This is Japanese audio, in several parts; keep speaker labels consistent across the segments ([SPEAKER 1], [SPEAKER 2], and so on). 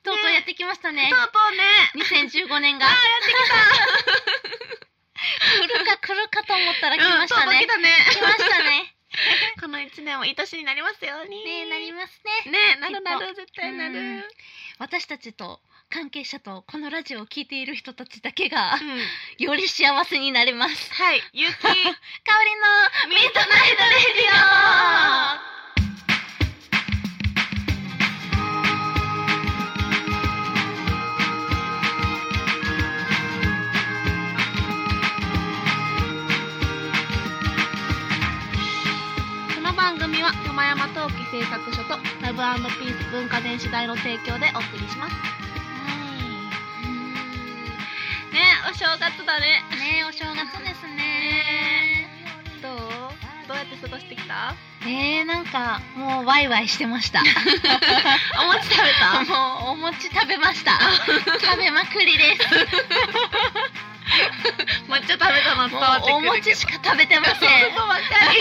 [SPEAKER 1] したね
[SPEAKER 2] とうとうね
[SPEAKER 1] 2015年が
[SPEAKER 2] あー
[SPEAKER 1] 来るか来るかと思ったら来
[SPEAKER 2] や
[SPEAKER 1] ま
[SPEAKER 2] ってきたうん
[SPEAKER 1] したね、
[SPEAKER 2] とうとう来たね
[SPEAKER 1] 来ましたね
[SPEAKER 2] この一年もいい年になりますように
[SPEAKER 1] ねえなりますね
[SPEAKER 2] ねなるなる絶対なる
[SPEAKER 1] う
[SPEAKER 2] うんん、
[SPEAKER 1] 私たちと関係者とこのラジオを聞いている人たちだけがより幸せになれます
[SPEAKER 2] はいゆき
[SPEAKER 1] 香りのミッドナイトレディオ
[SPEAKER 2] この番組は玉山陶器製作所とラブピース文化電子代の提供でお送りします
[SPEAKER 1] は
[SPEAKER 2] ねお正月だね
[SPEAKER 1] い。ねえお正月ですね
[SPEAKER 2] ね。どうどうやって過ごしてきた
[SPEAKER 1] えー、なんかもうワイワイしてま した。
[SPEAKER 2] お餅食べた
[SPEAKER 1] もうお餅食べました。 食べまくりです。
[SPEAKER 2] 抹茶食べたの伝わってくるけど
[SPEAKER 1] もうお餅しか食べてません。
[SPEAKER 2] そうばっかり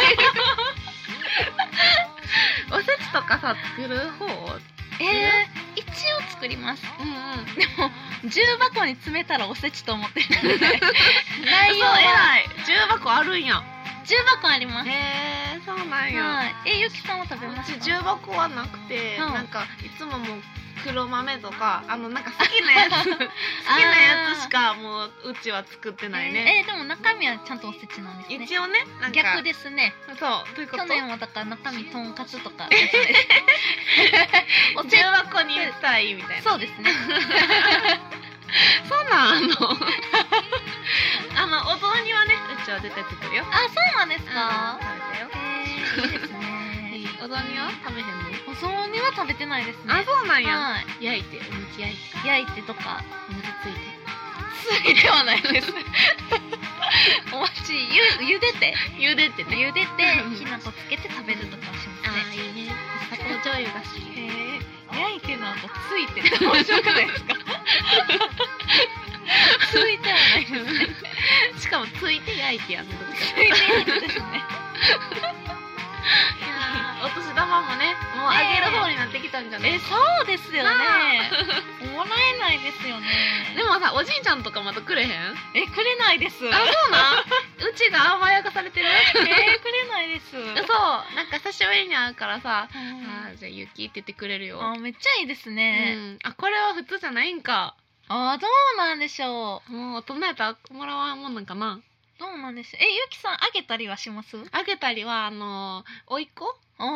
[SPEAKER 2] おせちとかさ作る方
[SPEAKER 1] えー、一応作ります。
[SPEAKER 2] うんうん
[SPEAKER 1] でも重箱に詰めたらおせちと思ってる ので
[SPEAKER 2] 内
[SPEAKER 1] 内
[SPEAKER 2] 容
[SPEAKER 1] 容は
[SPEAKER 2] 偉い重箱あるんや
[SPEAKER 1] 重箱あります。
[SPEAKER 2] へえそうなんや
[SPEAKER 1] はい。えゆきさんは食べま
[SPEAKER 2] う
[SPEAKER 1] し
[SPEAKER 2] ち
[SPEAKER 1] た。
[SPEAKER 2] 重箱はなくて、
[SPEAKER 1] うん
[SPEAKER 2] なんかいつももう黒豆とかあのなんか好きなやつ好きなやつしかもううちは作ってないね、
[SPEAKER 1] えーえーでも中身はちゃんとおせちなんですね。
[SPEAKER 2] 一応ねなんか
[SPEAKER 1] 逆ですね。
[SPEAKER 2] そうということ
[SPEAKER 1] 去年もだから中身とんかつと かおせ
[SPEAKER 2] 重箱に入れたらいいみたいな
[SPEAKER 1] そうです ね
[SPEAKER 2] そうなんあのあのお雑煮はねうちは絶対作るよ
[SPEAKER 1] あそうなんですか、
[SPEAKER 2] 食
[SPEAKER 1] へーいいです
[SPEAKER 2] べたよ
[SPEAKER 1] ね
[SPEAKER 2] お雑煮は食べへんの
[SPEAKER 1] お雑煮は食べてないですね
[SPEAKER 2] あそうなんや
[SPEAKER 1] はい
[SPEAKER 2] 焼いてお餅焼いて
[SPEAKER 1] 焼いてとか
[SPEAKER 2] お餅ついて
[SPEAKER 1] 水ではないです お餅ゆゆでて
[SPEAKER 2] 茹でてね
[SPEAKER 1] ゆでて
[SPEAKER 2] うん
[SPEAKER 1] きな粉つけて食べるとかします
[SPEAKER 2] ああ
[SPEAKER 1] ね
[SPEAKER 2] いいね砂糖醤油が好き
[SPEAKER 1] へえ焼いての後ついてって面白くないですか ついてはないですね
[SPEAKER 2] しかもついて焼いてやる
[SPEAKER 1] ついてないですね
[SPEAKER 2] お年玉もねもうあげる方になってきたんじゃない、
[SPEAKER 1] えそうですよね
[SPEAKER 2] な
[SPEAKER 1] もらえないですよね
[SPEAKER 2] でもさおじいちゃんとかまたくれへんあ
[SPEAKER 1] えくれないですえー、
[SPEAKER 2] そうなん うちが甘やかされてる
[SPEAKER 1] くれないです
[SPEAKER 2] そうなんか久しぶりに会うからさ「
[SPEAKER 1] あ
[SPEAKER 2] あーじゃあ雪」って言ってくれるよ、
[SPEAKER 1] ーめっちゃいいですね、
[SPEAKER 2] うん、あこれは普通じゃないんか
[SPEAKER 1] あーどうなんでしょ
[SPEAKER 2] もう大人やったらもらわんもんなんかな
[SPEAKER 1] うどうなんでしょうえゆきさんあげたりはします
[SPEAKER 2] あげたりはあの甥っ子とか
[SPEAKER 1] あ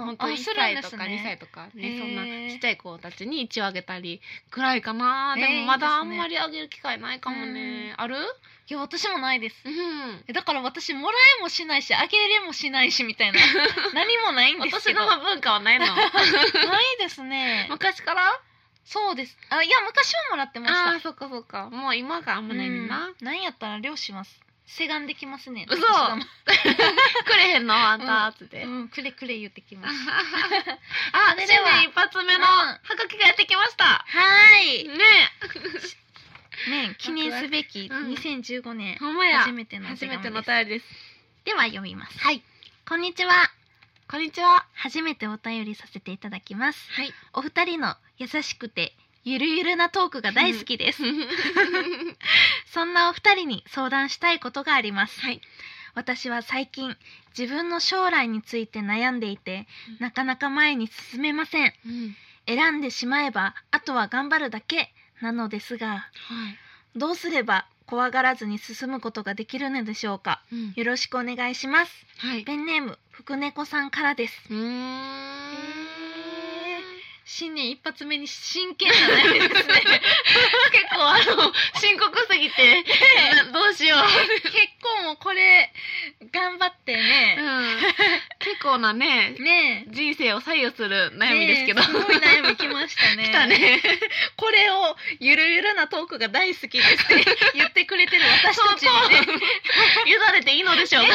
[SPEAKER 2] 本当1歳とか2
[SPEAKER 1] ね
[SPEAKER 2] 歳とかね
[SPEAKER 1] へー
[SPEAKER 2] そんなちっちゃい子たちに一応あげたりくらいかなで
[SPEAKER 1] えー
[SPEAKER 2] もまだ
[SPEAKER 1] い
[SPEAKER 2] あ
[SPEAKER 1] いですね
[SPEAKER 2] んまりあげる機会ないかもね、ある
[SPEAKER 1] いや私もないです
[SPEAKER 2] うん
[SPEAKER 1] えだから私もらえもしないしあげれもしないしみた いな何もないんです
[SPEAKER 2] 私
[SPEAKER 1] けど
[SPEAKER 2] の文化はないの
[SPEAKER 1] ないですね
[SPEAKER 2] 昔から
[SPEAKER 1] そうですあいや昔はもらってました
[SPEAKER 2] あーそっかそっかもう今があんまないねんな、
[SPEAKER 1] うん、なんやったら漁しますせがんできますねお
[SPEAKER 2] 嘘
[SPEAKER 1] 年玉
[SPEAKER 2] くれへんのあんたつって、
[SPEAKER 1] うん、くれくれ言ってきま
[SPEAKER 2] あ
[SPEAKER 1] す。
[SPEAKER 2] あ、
[SPEAKER 1] それ
[SPEAKER 2] 新
[SPEAKER 1] では
[SPEAKER 2] 年一発目のハガキがやってきました。
[SPEAKER 1] はーい。
[SPEAKER 2] ねえ、
[SPEAKER 1] ね、記念すべき
[SPEAKER 2] うん
[SPEAKER 1] 2015年
[SPEAKER 2] ほんまや
[SPEAKER 1] 初。めてのお
[SPEAKER 2] 初
[SPEAKER 1] 手
[SPEAKER 2] め
[SPEAKER 1] 紙
[SPEAKER 2] て
[SPEAKER 1] で
[SPEAKER 2] のお
[SPEAKER 1] す。
[SPEAKER 2] 便りです。
[SPEAKER 1] では読みます。
[SPEAKER 2] はい。
[SPEAKER 1] こんにちは。
[SPEAKER 2] こんにちは。
[SPEAKER 1] 初めてお便りさせていただきます。
[SPEAKER 2] はい。
[SPEAKER 1] お二人の優しくてゆるゆるなトークが大好きです。 そんなお二人に相談したいことがあります。
[SPEAKER 2] はい。
[SPEAKER 1] 私は最近自分の将来について悩んでいて
[SPEAKER 2] うん
[SPEAKER 1] なかなか前に進めません。
[SPEAKER 2] うん。
[SPEAKER 1] 選んでしまえばあとは頑張るだけなのですが。
[SPEAKER 2] はい。
[SPEAKER 1] どうすれば怖がらずに進むことができるのでしょうか
[SPEAKER 2] うん。
[SPEAKER 1] よろしくお願いします
[SPEAKER 2] はい。
[SPEAKER 1] ペンネーム福猫さんからです
[SPEAKER 2] うーん。
[SPEAKER 1] 新年一発目に真剣じゃないですね
[SPEAKER 2] 結構あの深刻すぎ て、などうしよう。
[SPEAKER 1] 結構もうこれ頑張ってね、
[SPEAKER 2] ん。結構なね、
[SPEAKER 1] ねえ
[SPEAKER 2] 人生を左右する悩みですけど。
[SPEAKER 1] ねえすごい悩みきました ね
[SPEAKER 2] 来たね。
[SPEAKER 1] これをゆるゆるなトークが大好きですって 言ってくれてる私
[SPEAKER 2] そう
[SPEAKER 1] たちにね
[SPEAKER 2] 委ねていいのでしょうか。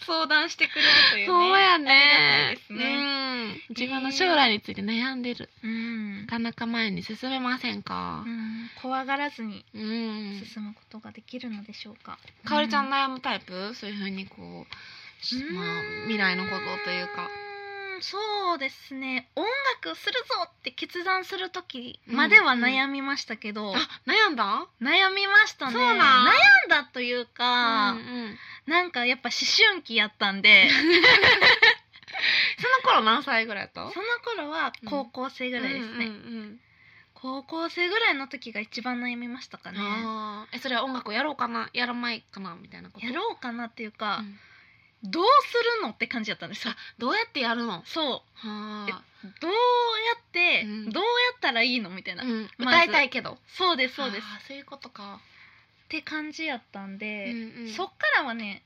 [SPEAKER 1] 相談してくれるというね
[SPEAKER 2] そうや
[SPEAKER 1] ありがたい
[SPEAKER 2] ね
[SPEAKER 1] で。すね
[SPEAKER 2] うん。自分の将来について悩んでる。
[SPEAKER 1] うん
[SPEAKER 2] な、かなか前に進めませんか
[SPEAKER 1] う。ん、怖がらずに
[SPEAKER 2] うん。
[SPEAKER 1] 進むことができるのでしょうか。
[SPEAKER 2] かおりちゃん
[SPEAKER 1] の
[SPEAKER 2] 悩むタイプそういうふうにこう、しまあ
[SPEAKER 1] うん
[SPEAKER 2] 未来のことというか。
[SPEAKER 1] うーんそうですね音楽するぞって決断する時までは悩みましたけど、
[SPEAKER 2] あ悩んだ
[SPEAKER 1] 悩みましたね
[SPEAKER 2] そう
[SPEAKER 1] 悩ん
[SPEAKER 2] なん
[SPEAKER 1] だというか、
[SPEAKER 2] うんうん
[SPEAKER 1] なんかやっぱ思春期やったんで
[SPEAKER 2] その頃何歳ぐらいやった
[SPEAKER 1] その頃は高校生ぐらいですね、
[SPEAKER 2] うんうんうん
[SPEAKER 1] 高校生ぐらいの時が一番悩みましたかね
[SPEAKER 2] あーえそれは音楽をやろうかなやらないかなみたいなこと
[SPEAKER 1] やろうかなっていうか、
[SPEAKER 2] うん
[SPEAKER 1] どうするのって感じやったんですよ
[SPEAKER 2] あどうやってやるの
[SPEAKER 1] そう
[SPEAKER 2] はあ
[SPEAKER 1] どうやって、
[SPEAKER 2] うん
[SPEAKER 1] どうやったらいいのみたいな、
[SPEAKER 2] うん
[SPEAKER 1] まず
[SPEAKER 2] 歌いたいけど
[SPEAKER 1] そうですそうです
[SPEAKER 2] あーそういうこと
[SPEAKER 1] っ
[SPEAKER 2] か、
[SPEAKER 1] て感じやったんで、
[SPEAKER 2] うんうん
[SPEAKER 1] そっからはね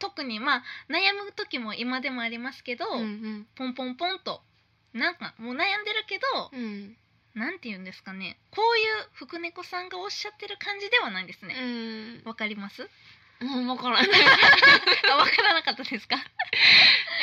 [SPEAKER 1] 特にまあ悩む時も今でもありますけど、
[SPEAKER 2] うんうん
[SPEAKER 1] ポンポンポンとなんかもう悩んでるけど、
[SPEAKER 2] うん
[SPEAKER 1] なんて言うんですかねこういう福猫さんがおっしゃってる感じではないですね
[SPEAKER 2] うん
[SPEAKER 1] わ、かります
[SPEAKER 2] もう分 からないで
[SPEAKER 1] あわからなかった ですか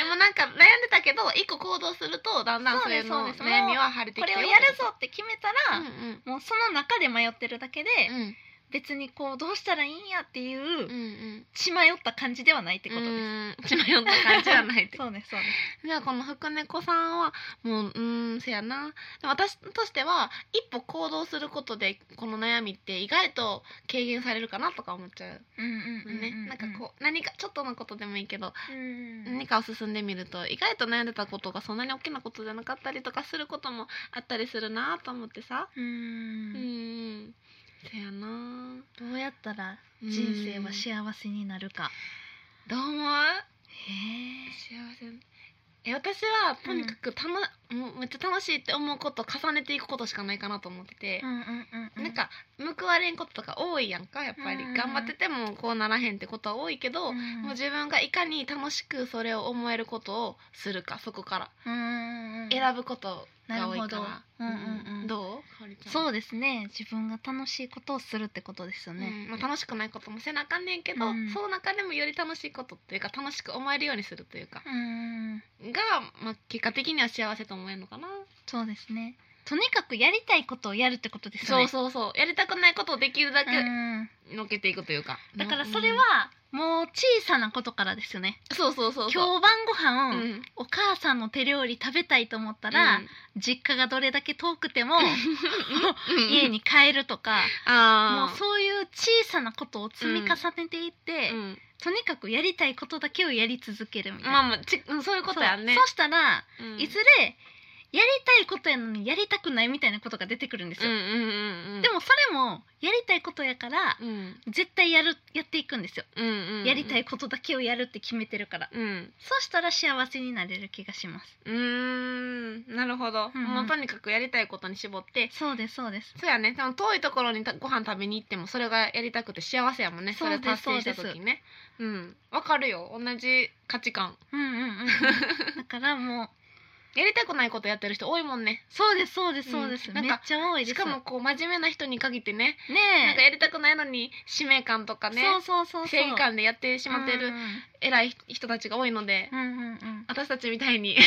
[SPEAKER 2] もなんか悩んでたけど一個行動するとだんだん
[SPEAKER 1] そ
[SPEAKER 2] そううい
[SPEAKER 1] で
[SPEAKER 2] う
[SPEAKER 1] す
[SPEAKER 2] の
[SPEAKER 1] そうです
[SPEAKER 2] 悩みは晴れて
[SPEAKER 1] こ
[SPEAKER 2] きて
[SPEAKER 1] れをやるぞって決めたら、
[SPEAKER 2] うんうん
[SPEAKER 1] もうその中で迷ってるだけで、
[SPEAKER 2] うん
[SPEAKER 1] 別にこうどうしたらいいんやっていう、
[SPEAKER 2] うんうん
[SPEAKER 1] 血迷った感じではないってことです。
[SPEAKER 2] です。血迷った感じはないって。
[SPEAKER 1] そうですそうです。
[SPEAKER 2] じゃあこの福猫さんはもううーんせやな。でも私としては一歩行動することでこの悩みって意外と軽減されるかなとか思っちゃ
[SPEAKER 1] うん
[SPEAKER 2] うね。なんかこう何かちょっとのことでもいいけど
[SPEAKER 1] う、うん
[SPEAKER 2] 何かを進んでみると意外と悩んでたことがそんなに大きなことじゃなかったりとかすることもあったりするなと思ってさ。
[SPEAKER 1] う
[SPEAKER 2] うんん。せやな。
[SPEAKER 1] どうやったら人生は
[SPEAKER 2] うん
[SPEAKER 1] 幸せになるか。
[SPEAKER 2] どう思う？
[SPEAKER 1] へ
[SPEAKER 2] 幸せえ私はとにかくたの、もうめっちゃ楽しいって思うことを重ねていくことしかないかなと思ってて
[SPEAKER 1] え。う、んうんうんうん。
[SPEAKER 2] なんか報われんこととか多いやんかやっぱり、
[SPEAKER 1] うんうん
[SPEAKER 2] 頑張っててもこうならへんってことは多いけど、
[SPEAKER 1] うん
[SPEAKER 2] もう自分がいかに楽しくそれを思えることをするかそこから
[SPEAKER 1] うんうん
[SPEAKER 2] 選ぶことが多い
[SPEAKER 1] なる
[SPEAKER 2] か
[SPEAKER 1] ほ
[SPEAKER 2] ら
[SPEAKER 1] どうんうんうん
[SPEAKER 2] どうかおりちゃん
[SPEAKER 1] そうですね。自分が楽しいことをするってことですよ
[SPEAKER 2] う
[SPEAKER 1] ね。
[SPEAKER 2] んまあ、楽しくないこともせなあかんねんけど、
[SPEAKER 1] うん
[SPEAKER 2] その中でもより楽しいことっていうか楽しく思えるようにするというか
[SPEAKER 1] うん。
[SPEAKER 2] が、まあ、結果的には幸せと思えるのかな
[SPEAKER 1] そうですね。とにかくやりたいことをやるってことです
[SPEAKER 2] そう
[SPEAKER 1] ね。
[SPEAKER 2] そうそうやりたくないことをできるだけ
[SPEAKER 1] うん
[SPEAKER 2] のっけていくというか、
[SPEAKER 1] だからそれはもう小さなことからですよね。
[SPEAKER 2] うんそうそうそう
[SPEAKER 1] 今
[SPEAKER 2] そう
[SPEAKER 1] 日晩ご飯、
[SPEAKER 2] うん
[SPEAKER 1] お母さんの手料理食べたいと思ったら、実家がどれだけ遠くても
[SPEAKER 2] うんうん
[SPEAKER 1] 家に帰るとか、も
[SPEAKER 2] あ
[SPEAKER 1] う
[SPEAKER 2] あ
[SPEAKER 1] そういう小さなことを積み重ねていって、
[SPEAKER 2] うん
[SPEAKER 1] とにかくやりたいことだけをやり続けるみたい
[SPEAKER 2] まあ
[SPEAKER 1] な、
[SPEAKER 2] まあちうんそういうことやんね
[SPEAKER 1] そうそうしたら、
[SPEAKER 2] うん
[SPEAKER 1] いずれやりたいことやのにやりたくないみたいなことが出てくるんです
[SPEAKER 2] うん
[SPEAKER 1] よ、
[SPEAKER 2] うんうんうん
[SPEAKER 1] でもそれもやりたいことやから
[SPEAKER 2] うん
[SPEAKER 1] 絶対やるやっていくんですよ、
[SPEAKER 2] うんうんうん
[SPEAKER 1] やりたいことだけをやるって決めてるから
[SPEAKER 2] うん
[SPEAKER 1] そうしたら幸せになれる気がします
[SPEAKER 2] うーんなるほど、
[SPEAKER 1] うん
[SPEAKER 2] もうとにかくやりたいことに絞って
[SPEAKER 1] そうですそうです
[SPEAKER 2] そうやねでも遠いところにたご飯食べに行ってもそれがやりたくて幸せやもんねそれを達成した
[SPEAKER 1] そうです
[SPEAKER 2] 時ねうんわかるよ同じ価値観
[SPEAKER 1] うんうんうんうん だからもう
[SPEAKER 2] やりたくないことやってる人多いもんね
[SPEAKER 1] そうですそうですそうです、
[SPEAKER 2] うんなん
[SPEAKER 1] め
[SPEAKER 2] か
[SPEAKER 1] っちゃ多いです
[SPEAKER 2] しかもこう真面目な人に限ってね
[SPEAKER 1] ね
[SPEAKER 2] なんか
[SPEAKER 1] え
[SPEAKER 2] やりたくないのに使命感とかね
[SPEAKER 1] そうそうそうそう
[SPEAKER 2] 正義感でやってしまって
[SPEAKER 1] う
[SPEAKER 2] る
[SPEAKER 1] ん
[SPEAKER 2] 偉い人たちが多いので、
[SPEAKER 1] うんうんうんうん
[SPEAKER 2] 私たちみたいに、
[SPEAKER 1] ね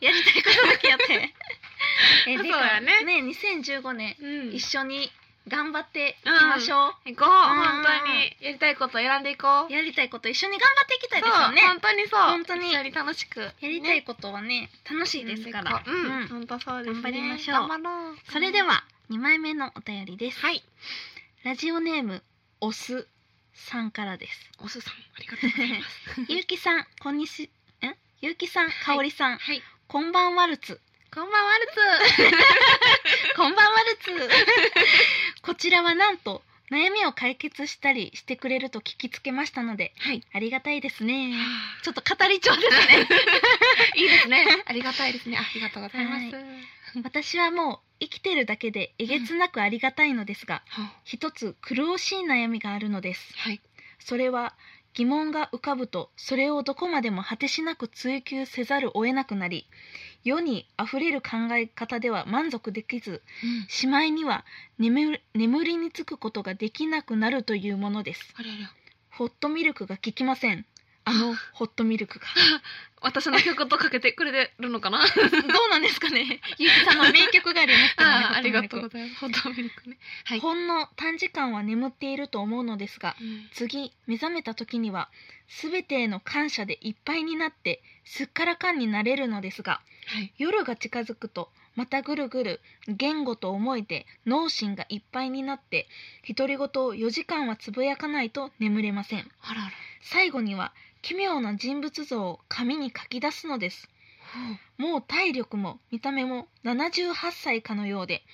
[SPEAKER 1] えやりたいことだけやって え
[SPEAKER 2] そう
[SPEAKER 1] リカ
[SPEAKER 2] やね
[SPEAKER 1] ねえ2015年
[SPEAKER 2] うん
[SPEAKER 1] 一緒に頑張っていきましょう、
[SPEAKER 2] 行こう本当にやりたいことを選んでいこう
[SPEAKER 1] やりたいこと一緒に頑張っていきたいですよね
[SPEAKER 2] そう本当にそう
[SPEAKER 1] 本当に
[SPEAKER 2] 一緒に楽しくや
[SPEAKER 1] やりたいことはね楽しいですから、
[SPEAKER 2] うん、
[SPEAKER 1] うん
[SPEAKER 2] 本当そうです
[SPEAKER 1] 頑
[SPEAKER 2] ね
[SPEAKER 1] 張りましょう
[SPEAKER 2] 頑張ろう
[SPEAKER 1] それでは2枚目のお便りです
[SPEAKER 2] はい
[SPEAKER 1] ラジオネームおすさんからです
[SPEAKER 2] おすさんありがとうございます
[SPEAKER 1] ゆうきさん、こんにち、ん、ゆうきさん、かおりさん、
[SPEAKER 2] はい
[SPEAKER 1] こんばんワルツ。
[SPEAKER 2] こんばんはル ツ
[SPEAKER 1] こんばんワルツ。こちらはなんと、悩みを解決したりしてくれると聞きつけましたので、
[SPEAKER 2] はい
[SPEAKER 1] ありがたいですね。
[SPEAKER 2] い
[SPEAKER 1] ちょっと語り調ですね。
[SPEAKER 2] いですねありがたいですねありがとうございます、
[SPEAKER 1] は 私はもう、生きてるだけでえげつなくありがたいのですが、
[SPEAKER 2] は
[SPEAKER 1] 一つ苦しい悩みがあるのです。
[SPEAKER 2] はい
[SPEAKER 1] それは疑問が浮かぶとそれをどこまでも果てしなく追求せざるを得なくなり世にあふれる考え方では満足できず
[SPEAKER 2] うん
[SPEAKER 1] しまいには眠る眠りにつくことができなくなるというものです
[SPEAKER 2] ありゃりゃ
[SPEAKER 1] ホットミルクが効きませんあ のホットミルクが
[SPEAKER 2] 私の曲とかけてくれてるのかなあ
[SPEAKER 1] どうなんですかねゆうきさんの名曲がありますからね
[SPEAKER 2] あありがとう
[SPEAKER 1] ホ
[SPEAKER 2] ご
[SPEAKER 1] ットミル
[SPEAKER 2] ざいますホットミルクねはい
[SPEAKER 1] ク、ほんの短時間は眠っていると思うのですが
[SPEAKER 2] うん
[SPEAKER 1] 次目覚めた時には全てへの感謝でいっぱいになってすっからかんになれるのですが
[SPEAKER 2] はい
[SPEAKER 1] 夜が近づくとまたぐるぐる言語と思いで脳心がいっぱいになって独り言を4時間はつぶやかないと眠れません
[SPEAKER 2] あらあら
[SPEAKER 1] 最後には奇妙な人物像を紙に書き出すのですもう体力も見た目も78歳かのようで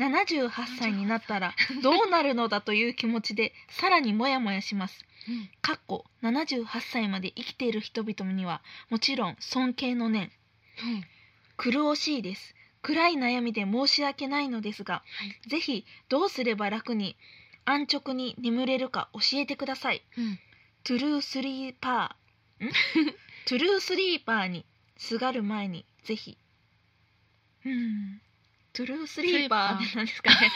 [SPEAKER 1] 78歳になったらどうなるのだという気持ちでさらにモヤモヤします
[SPEAKER 2] うん
[SPEAKER 1] かっこ78歳まで生きている人々にはもちろん尊敬の念
[SPEAKER 2] うん
[SPEAKER 1] 苦しいです暗い悩みで申し訳ないのですが
[SPEAKER 2] はい
[SPEAKER 1] ぜひどうすれば楽に安直に眠れるか教えてください
[SPEAKER 2] うん
[SPEAKER 1] トゥルースリーパーん トゥルースリーパーにすがる前にぜひうんトゥルースリーパーって何ですかね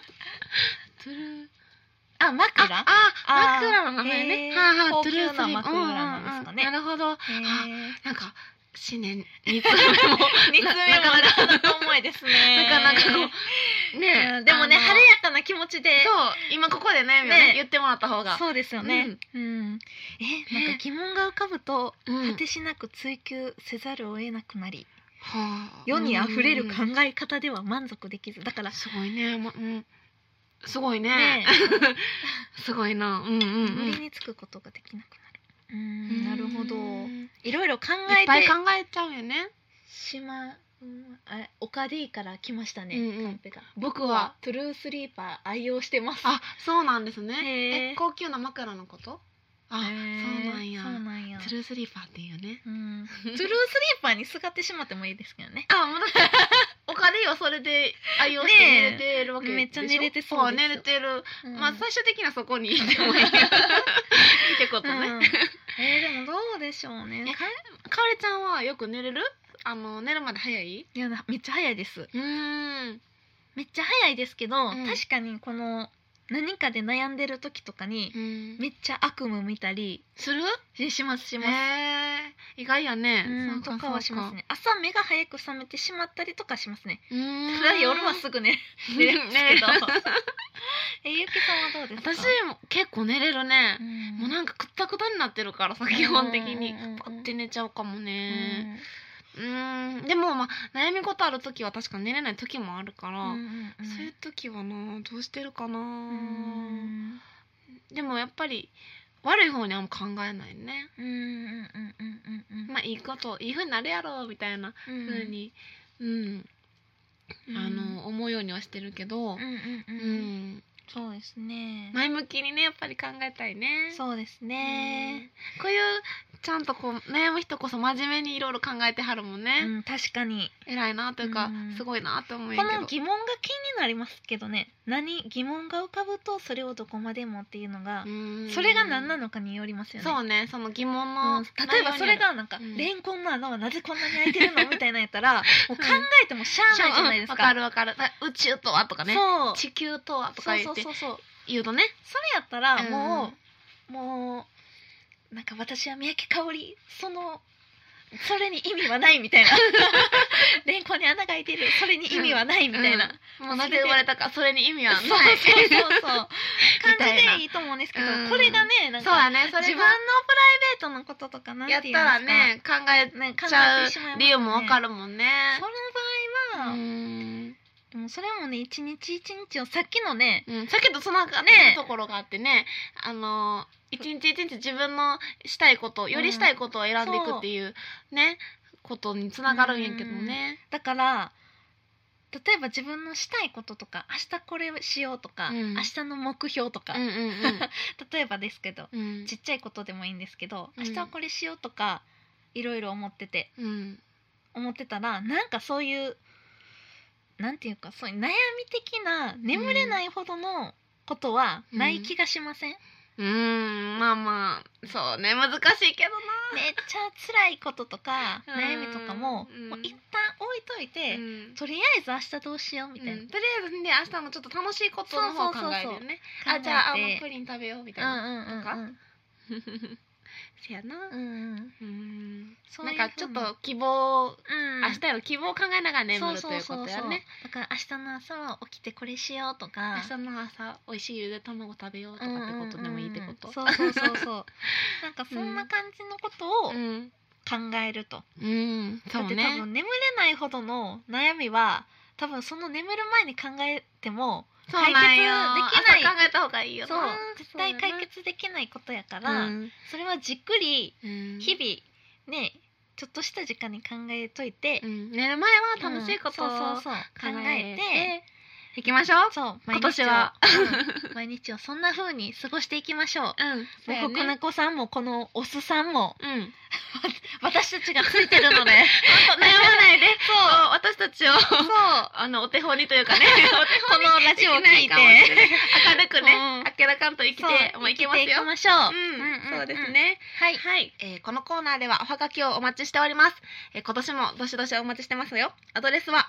[SPEAKER 2] トゥルー
[SPEAKER 1] あ枕
[SPEAKER 2] あ
[SPEAKER 1] あ
[SPEAKER 2] あ
[SPEAKER 1] ー
[SPEAKER 2] 枕の名前
[SPEAKER 1] へ
[SPEAKER 2] ね
[SPEAKER 1] ー
[SPEAKER 2] はいはい
[SPEAKER 1] 高
[SPEAKER 2] ト
[SPEAKER 1] 級
[SPEAKER 2] ゥルースリー
[SPEAKER 1] な枕なんですかね
[SPEAKER 2] うんうんうんなるほどあ
[SPEAKER 1] へー
[SPEAKER 2] なんか新年三つ目も
[SPEAKER 1] 三つ目もなかなか重いですね。
[SPEAKER 2] なんかなんかこ うね
[SPEAKER 1] う
[SPEAKER 2] え
[SPEAKER 1] んでもね
[SPEAKER 2] あの
[SPEAKER 1] 晴れやかな気持ちで。
[SPEAKER 2] そう今ここで悩みを
[SPEAKER 1] ね
[SPEAKER 2] ね言ってもらった方が
[SPEAKER 1] そうですよね。うん。え、なんか疑問が浮かぶと
[SPEAKER 2] うん
[SPEAKER 1] 果てしなく追求せざるを得なくなり、
[SPEAKER 2] はあ
[SPEAKER 1] 世に溢れる
[SPEAKER 2] うん
[SPEAKER 1] 考え方では満足できず、だから。
[SPEAKER 2] すごいねまうんすごいね
[SPEAKER 1] ね
[SPEAKER 2] すごいなうんうんう
[SPEAKER 1] 無理
[SPEAKER 2] ん
[SPEAKER 1] につくことができなくなる。うん、なるほど。
[SPEAKER 2] い
[SPEAKER 1] いろいろ考
[SPEAKER 2] っ
[SPEAKER 1] え
[SPEAKER 2] ぱい
[SPEAKER 1] て
[SPEAKER 2] 考えちゃうよね
[SPEAKER 1] しまうん。あれ、オカディから来ました
[SPEAKER 2] うん
[SPEAKER 1] ね。
[SPEAKER 2] うん
[SPEAKER 1] ペが
[SPEAKER 2] 僕
[SPEAKER 1] 僕は
[SPEAKER 2] は
[SPEAKER 1] トゥルースリーパー愛用してます。
[SPEAKER 2] あそうなんです
[SPEAKER 1] へえ
[SPEAKER 2] ねえ高級な枕のことあ
[SPEAKER 1] へ
[SPEAKER 2] そう
[SPEAKER 1] ー
[SPEAKER 2] なんや
[SPEAKER 1] そうなんや
[SPEAKER 2] トゥルースリーパーっていうね
[SPEAKER 1] うん、トゥルースリーパーにすがってしまってもいいですけどね。
[SPEAKER 2] あもうだってお金はそれで愛用して
[SPEAKER 1] ねえ
[SPEAKER 2] 寝れてるわけでしょ
[SPEAKER 1] めっちゃ寝れてそうですよ
[SPEAKER 2] あ寝れてる、ま
[SPEAKER 1] ま
[SPEAKER 2] あ
[SPEAKER 1] あ、
[SPEAKER 2] 最終的にはそこに行って もいいってこと
[SPEAKER 1] う
[SPEAKER 2] ね、
[SPEAKER 1] ん、
[SPEAKER 2] かお
[SPEAKER 1] えー、でもどうでしょうね
[SPEAKER 2] え。れちゃんはよく寝れるあの寝るまで早い
[SPEAKER 1] いや、なめっちゃ早いです。
[SPEAKER 2] うーん
[SPEAKER 1] めっちゃ早いですけど、
[SPEAKER 2] ん
[SPEAKER 1] 確かにこの何かで悩んでる時とかに、
[SPEAKER 2] うん
[SPEAKER 1] めっちゃ悪夢見たり
[SPEAKER 2] する
[SPEAKER 1] えしますし
[SPEAKER 2] へ
[SPEAKER 1] ます。
[SPEAKER 2] え意外やね、
[SPEAKER 1] うん、
[SPEAKER 2] そ
[SPEAKER 1] と
[SPEAKER 2] う
[SPEAKER 1] かはし
[SPEAKER 2] そう
[SPEAKER 1] ますね。朝目が早く覚めてしまったりとかしますね。
[SPEAKER 2] うーん
[SPEAKER 1] ただ夜はすぐ 寝る寝るんですけど。 え、ゆきさんはどうです
[SPEAKER 2] 私
[SPEAKER 1] か？
[SPEAKER 2] も結構寝れるね、
[SPEAKER 1] ん
[SPEAKER 2] もうなんかくったくたになってるからさ基本的に
[SPEAKER 1] うんうんうんうん
[SPEAKER 2] パッて寝ちゃうかも
[SPEAKER 1] う
[SPEAKER 2] ね
[SPEAKER 1] ん
[SPEAKER 2] うーんでもまあ悩み事ある時は確かに寝れない時もあるから、
[SPEAKER 1] うんうん
[SPEAKER 2] そういう時はなどうしてるかな、
[SPEAKER 1] うん
[SPEAKER 2] でもやっぱり悪い方にはあんま考えないね
[SPEAKER 1] うんうんうんうんうんうん
[SPEAKER 2] まあいいこといいふうになるやろみたいな
[SPEAKER 1] う
[SPEAKER 2] ふ
[SPEAKER 1] ん
[SPEAKER 2] うに、うんあの思うようにはしてるけど
[SPEAKER 1] うん、うんう
[SPEAKER 2] うんん
[SPEAKER 1] うんそうですね
[SPEAKER 2] 前向きにねやっぱり考えたいね
[SPEAKER 1] そうですね
[SPEAKER 2] うんこういうちゃんとこう悩む人こそ真面目にいろいろ考えてはるもん
[SPEAKER 1] う
[SPEAKER 2] ね、
[SPEAKER 1] ん確かに
[SPEAKER 2] 偉いなというか、
[SPEAKER 1] うん
[SPEAKER 2] すごいなと思うん
[SPEAKER 1] こ
[SPEAKER 2] やけど
[SPEAKER 1] の疑問が気になりますけどね何疑問が浮かぶとそれをどこまでもっていうのが
[SPEAKER 2] うん
[SPEAKER 1] それが何なのかによりますよね
[SPEAKER 2] そうねその疑問
[SPEAKER 1] う
[SPEAKER 2] の、
[SPEAKER 1] ん例えばそれがなんか
[SPEAKER 2] うん
[SPEAKER 1] レンコンの穴はなぜこんなに開いてるのみたいな やったらもう考えてもしゃあないじゃないです
[SPEAKER 2] わか
[SPEAKER 1] か
[SPEAKER 2] るわかるだから宇宙とはとかね
[SPEAKER 1] そう
[SPEAKER 2] 地球とはと
[SPEAKER 1] そ
[SPEAKER 2] か
[SPEAKER 1] う
[SPEAKER 2] 言
[SPEAKER 1] そ
[SPEAKER 2] っ
[SPEAKER 1] う
[SPEAKER 2] て
[SPEAKER 1] そうそう
[SPEAKER 2] 言うとね
[SPEAKER 1] それやったらも
[SPEAKER 2] うん
[SPEAKER 1] う、もうなんか私は三宅香織そのそれに意味はないみたい なレンコンに穴が開いてるそれに意味はないみたいな、
[SPEAKER 2] うんもうなぜ生まれたかそれに意味はない
[SPEAKER 1] そうそう そうそう感じでいいと思うんですけど、
[SPEAKER 2] うん
[SPEAKER 1] これがねなん
[SPEAKER 2] そう
[SPEAKER 1] か
[SPEAKER 2] やねそ
[SPEAKER 1] 自
[SPEAKER 2] れ
[SPEAKER 1] 分のプ
[SPEAKER 2] が
[SPEAKER 1] ライベートのこととかなん
[SPEAKER 2] やって
[SPEAKER 1] い
[SPEAKER 2] た
[SPEAKER 1] うんですから
[SPEAKER 2] ね考え
[SPEAKER 1] ね考
[SPEAKER 2] ちゃ
[SPEAKER 1] え
[SPEAKER 2] う
[SPEAKER 1] てしまいますね
[SPEAKER 2] 理由もわか
[SPEAKER 1] る
[SPEAKER 2] るもんね
[SPEAKER 1] その場合は、
[SPEAKER 2] うん
[SPEAKER 1] でもそれもね一日一日をさっきのね
[SPEAKER 2] うんさっきとつながって
[SPEAKER 1] ね
[SPEAKER 2] るところがあってねあの一日一日自分のしたいことよりしたいことを選んでいくっていうねことにつながるんやけどね
[SPEAKER 1] だから例えば自分のしたいこととか明日これしようとか、
[SPEAKER 2] うん
[SPEAKER 1] 明日の目標とか、
[SPEAKER 2] うんうん
[SPEAKER 1] 例えばですけど
[SPEAKER 2] うんうん
[SPEAKER 1] ちっちゃいことでもいいんですけど
[SPEAKER 2] うん
[SPEAKER 1] 明日はこれしようとかいろいろ思ってて
[SPEAKER 2] うん
[SPEAKER 1] 思ってたらなんかそういうなんていうかそういう悩み的な眠れないほどのことはない気がしません、
[SPEAKER 2] うーんまあまあそうね難しいけど
[SPEAKER 1] めっちゃ辛いこととか
[SPEAKER 2] うん
[SPEAKER 1] 悩みとかも,、
[SPEAKER 2] うん
[SPEAKER 1] もう一旦置いとい
[SPEAKER 2] な、
[SPEAKER 1] て、
[SPEAKER 2] うん
[SPEAKER 1] とりあえず明日どうしようみたいな、
[SPEAKER 2] うんとりあえずね明日もちょっと楽しいことの方を考えるよね
[SPEAKER 1] 考えて
[SPEAKER 2] あじゃああのプリン食べようみたいな、
[SPEAKER 1] う んうんうんうん
[SPEAKER 2] せやな
[SPEAKER 1] うんうん
[SPEAKER 2] うん
[SPEAKER 1] そう
[SPEAKER 2] ないん
[SPEAKER 1] う
[SPEAKER 2] かちょ
[SPEAKER 1] ふ
[SPEAKER 2] っ
[SPEAKER 1] う
[SPEAKER 2] と希望、
[SPEAKER 1] に、うん、
[SPEAKER 2] 明日への希望を考えながら
[SPEAKER 1] そ
[SPEAKER 2] 眠
[SPEAKER 1] う
[SPEAKER 2] る
[SPEAKER 1] そ
[SPEAKER 2] と
[SPEAKER 1] う
[SPEAKER 2] いう
[SPEAKER 1] そ
[SPEAKER 2] こ
[SPEAKER 1] うそう
[SPEAKER 2] とやね
[SPEAKER 1] だから明日の朝は起きてこれしようとか
[SPEAKER 2] 明日の朝美味しいゆで卵食べようとかってことでもいいってこと
[SPEAKER 1] うんうんうんうんそうそうそうそう なんかそんな感じのことを
[SPEAKER 2] うん、
[SPEAKER 1] 考えると、
[SPEAKER 2] うん、そ
[SPEAKER 1] だっ
[SPEAKER 2] う
[SPEAKER 1] て多
[SPEAKER 2] ね
[SPEAKER 1] 分眠れないほどの悩みは多分その眠る前に考えても
[SPEAKER 2] そう
[SPEAKER 1] 解決
[SPEAKER 2] なんよ
[SPEAKER 1] できない
[SPEAKER 2] 朝考えた方がいいよ
[SPEAKER 1] そう絶対解
[SPEAKER 2] 決
[SPEAKER 1] 決できないことやか
[SPEAKER 2] う
[SPEAKER 1] ら、
[SPEAKER 2] ん
[SPEAKER 1] それはじっくり
[SPEAKER 2] うん
[SPEAKER 1] 日々ねちょっとした時間に考えといて
[SPEAKER 2] う、ん、寝る前は楽しいことを
[SPEAKER 1] うんそうそうそ
[SPEAKER 2] 考
[SPEAKER 1] う考え
[SPEAKER 2] え
[SPEAKER 1] て
[SPEAKER 2] ていきましょう
[SPEAKER 1] そう
[SPEAKER 2] 今年は
[SPEAKER 1] 毎日をうん毎日をそんな風に過ごしていきましょう
[SPEAKER 2] うんそ
[SPEAKER 1] も
[SPEAKER 2] うや
[SPEAKER 1] うここ
[SPEAKER 2] ね
[SPEAKER 1] なこさんもこのおすさん も
[SPEAKER 2] うん、本
[SPEAKER 1] 私たちがついてるので
[SPEAKER 2] 当悩まないでそう私たちを
[SPEAKER 1] そう
[SPEAKER 2] あのお手本にというかね
[SPEAKER 1] このラジオを聞いて
[SPEAKER 2] できないかもしれない 明るくね、
[SPEAKER 1] うん
[SPEAKER 2] あっけらかんと生きて
[SPEAKER 1] そう
[SPEAKER 2] もういけます
[SPEAKER 1] 生きてい
[SPEAKER 2] よ
[SPEAKER 1] きましょう
[SPEAKER 2] う、ん
[SPEAKER 1] んん
[SPEAKER 2] そうですね、
[SPEAKER 1] はい
[SPEAKER 2] はい、えーこのコーナーではおはがきをお待ちしております、えー今年もどしどしお待ちしてますよアドレスは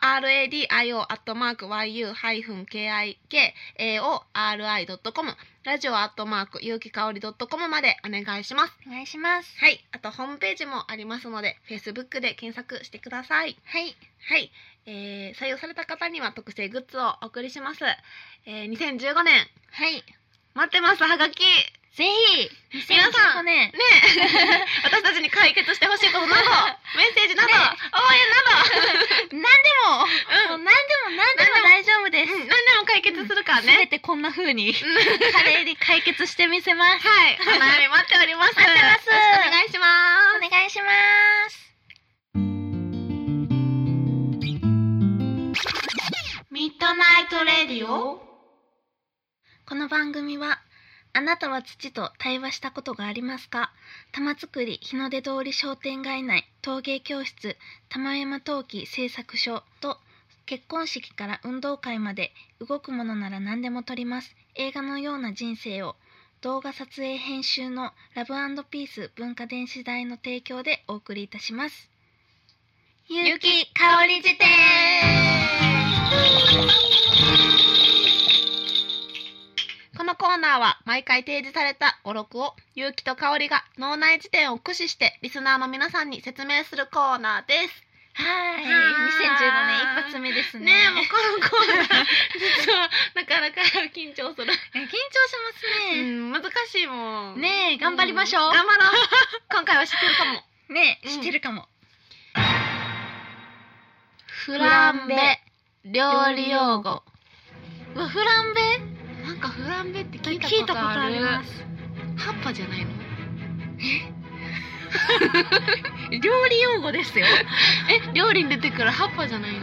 [SPEAKER 2] radio.yu-kikaori.com ラジオ .yukicaori.com までお願いします
[SPEAKER 1] お願いします
[SPEAKER 2] はいあとホームページもありますので Facebook で検索してください
[SPEAKER 1] はい
[SPEAKER 2] はい、えー採用された方には特製グッズをお送りします、えー2015年
[SPEAKER 1] はい
[SPEAKER 2] 待ってますはがき
[SPEAKER 1] ぜひ
[SPEAKER 2] 皆さ
[SPEAKER 1] 2015
[SPEAKER 2] ん
[SPEAKER 1] 年
[SPEAKER 2] ねえ私たちに解決してほしい ことなどメッセージなど、
[SPEAKER 1] ね
[SPEAKER 2] 応援
[SPEAKER 1] 何でもも
[SPEAKER 2] など、う
[SPEAKER 1] うん何でも何でも大丈夫です
[SPEAKER 2] うん何でも解決するから
[SPEAKER 1] すべ
[SPEAKER 2] ね、
[SPEAKER 1] てこんな風に
[SPEAKER 2] うんはい
[SPEAKER 1] 華麗に解決してみせます
[SPEAKER 2] お悩み待っております
[SPEAKER 1] 待ってます
[SPEAKER 2] よろしくお願いします
[SPEAKER 1] お願いします
[SPEAKER 2] ミッドナイトレディオ
[SPEAKER 1] この番組はあなたは土と対話したことがありますか玉造り日の出通り商店街内陶芸教室玉山陶器製作所と結婚式から運動会まで動くものなら何でも撮ります映画のような人生を動画撮影編集のラブピース文化電子代の提供でお送りいたしますゆきかおり辞典
[SPEAKER 2] このコーナーは毎回提示された語録を勇気と香りが脳内辞典を駆使してリスナーの皆さんに説明するコーナーです
[SPEAKER 1] はい2015年一発目ですね
[SPEAKER 2] ねえもうこのコーナー実はなかなか緊張す
[SPEAKER 1] 緊張し
[SPEAKER 2] る、
[SPEAKER 1] ま
[SPEAKER 2] う
[SPEAKER 1] すね。
[SPEAKER 2] ん、難しいもん
[SPEAKER 1] ねえ、頑張りましょう。
[SPEAKER 2] ん頑張ろう 今回は知ってるかも
[SPEAKER 1] ねえ、
[SPEAKER 2] うん
[SPEAKER 1] 知ってるかも。
[SPEAKER 2] フ
[SPEAKER 1] ランベ
[SPEAKER 2] 料理用語
[SPEAKER 1] うわ、フランベ
[SPEAKER 2] なんかフランベって聞
[SPEAKER 1] 聞
[SPEAKER 2] い
[SPEAKER 1] い
[SPEAKER 2] た
[SPEAKER 1] た
[SPEAKER 2] こ
[SPEAKER 1] こと
[SPEAKER 2] とあ
[SPEAKER 1] あ
[SPEAKER 2] る
[SPEAKER 1] ります。
[SPEAKER 2] 葉っぱじゃないの
[SPEAKER 1] 料理用語ですよ。
[SPEAKER 2] え料理に出てくる葉っぱじゃないの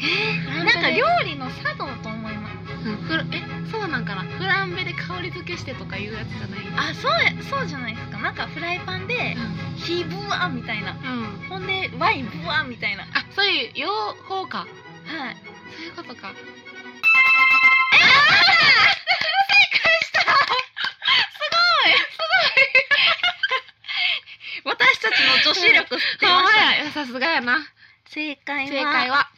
[SPEAKER 1] え
[SPEAKER 2] なん
[SPEAKER 1] なんか料理の茶道と思います。
[SPEAKER 2] うんフラえそうなんかなフランベで香り付けしてとかいうやつじゃない
[SPEAKER 1] あ、そうや、そうじゃないですか。なんかフライパンで、火ブワーみたいな。
[SPEAKER 2] うん、うん、
[SPEAKER 1] ほんで、ワインブワーみたいな。
[SPEAKER 2] あそういう用法か
[SPEAKER 1] はい。
[SPEAKER 2] そういうことか
[SPEAKER 1] 私たちの女子力ってました。
[SPEAKER 2] やさすがやな
[SPEAKER 1] 正解は、
[SPEAKER 2] 正解は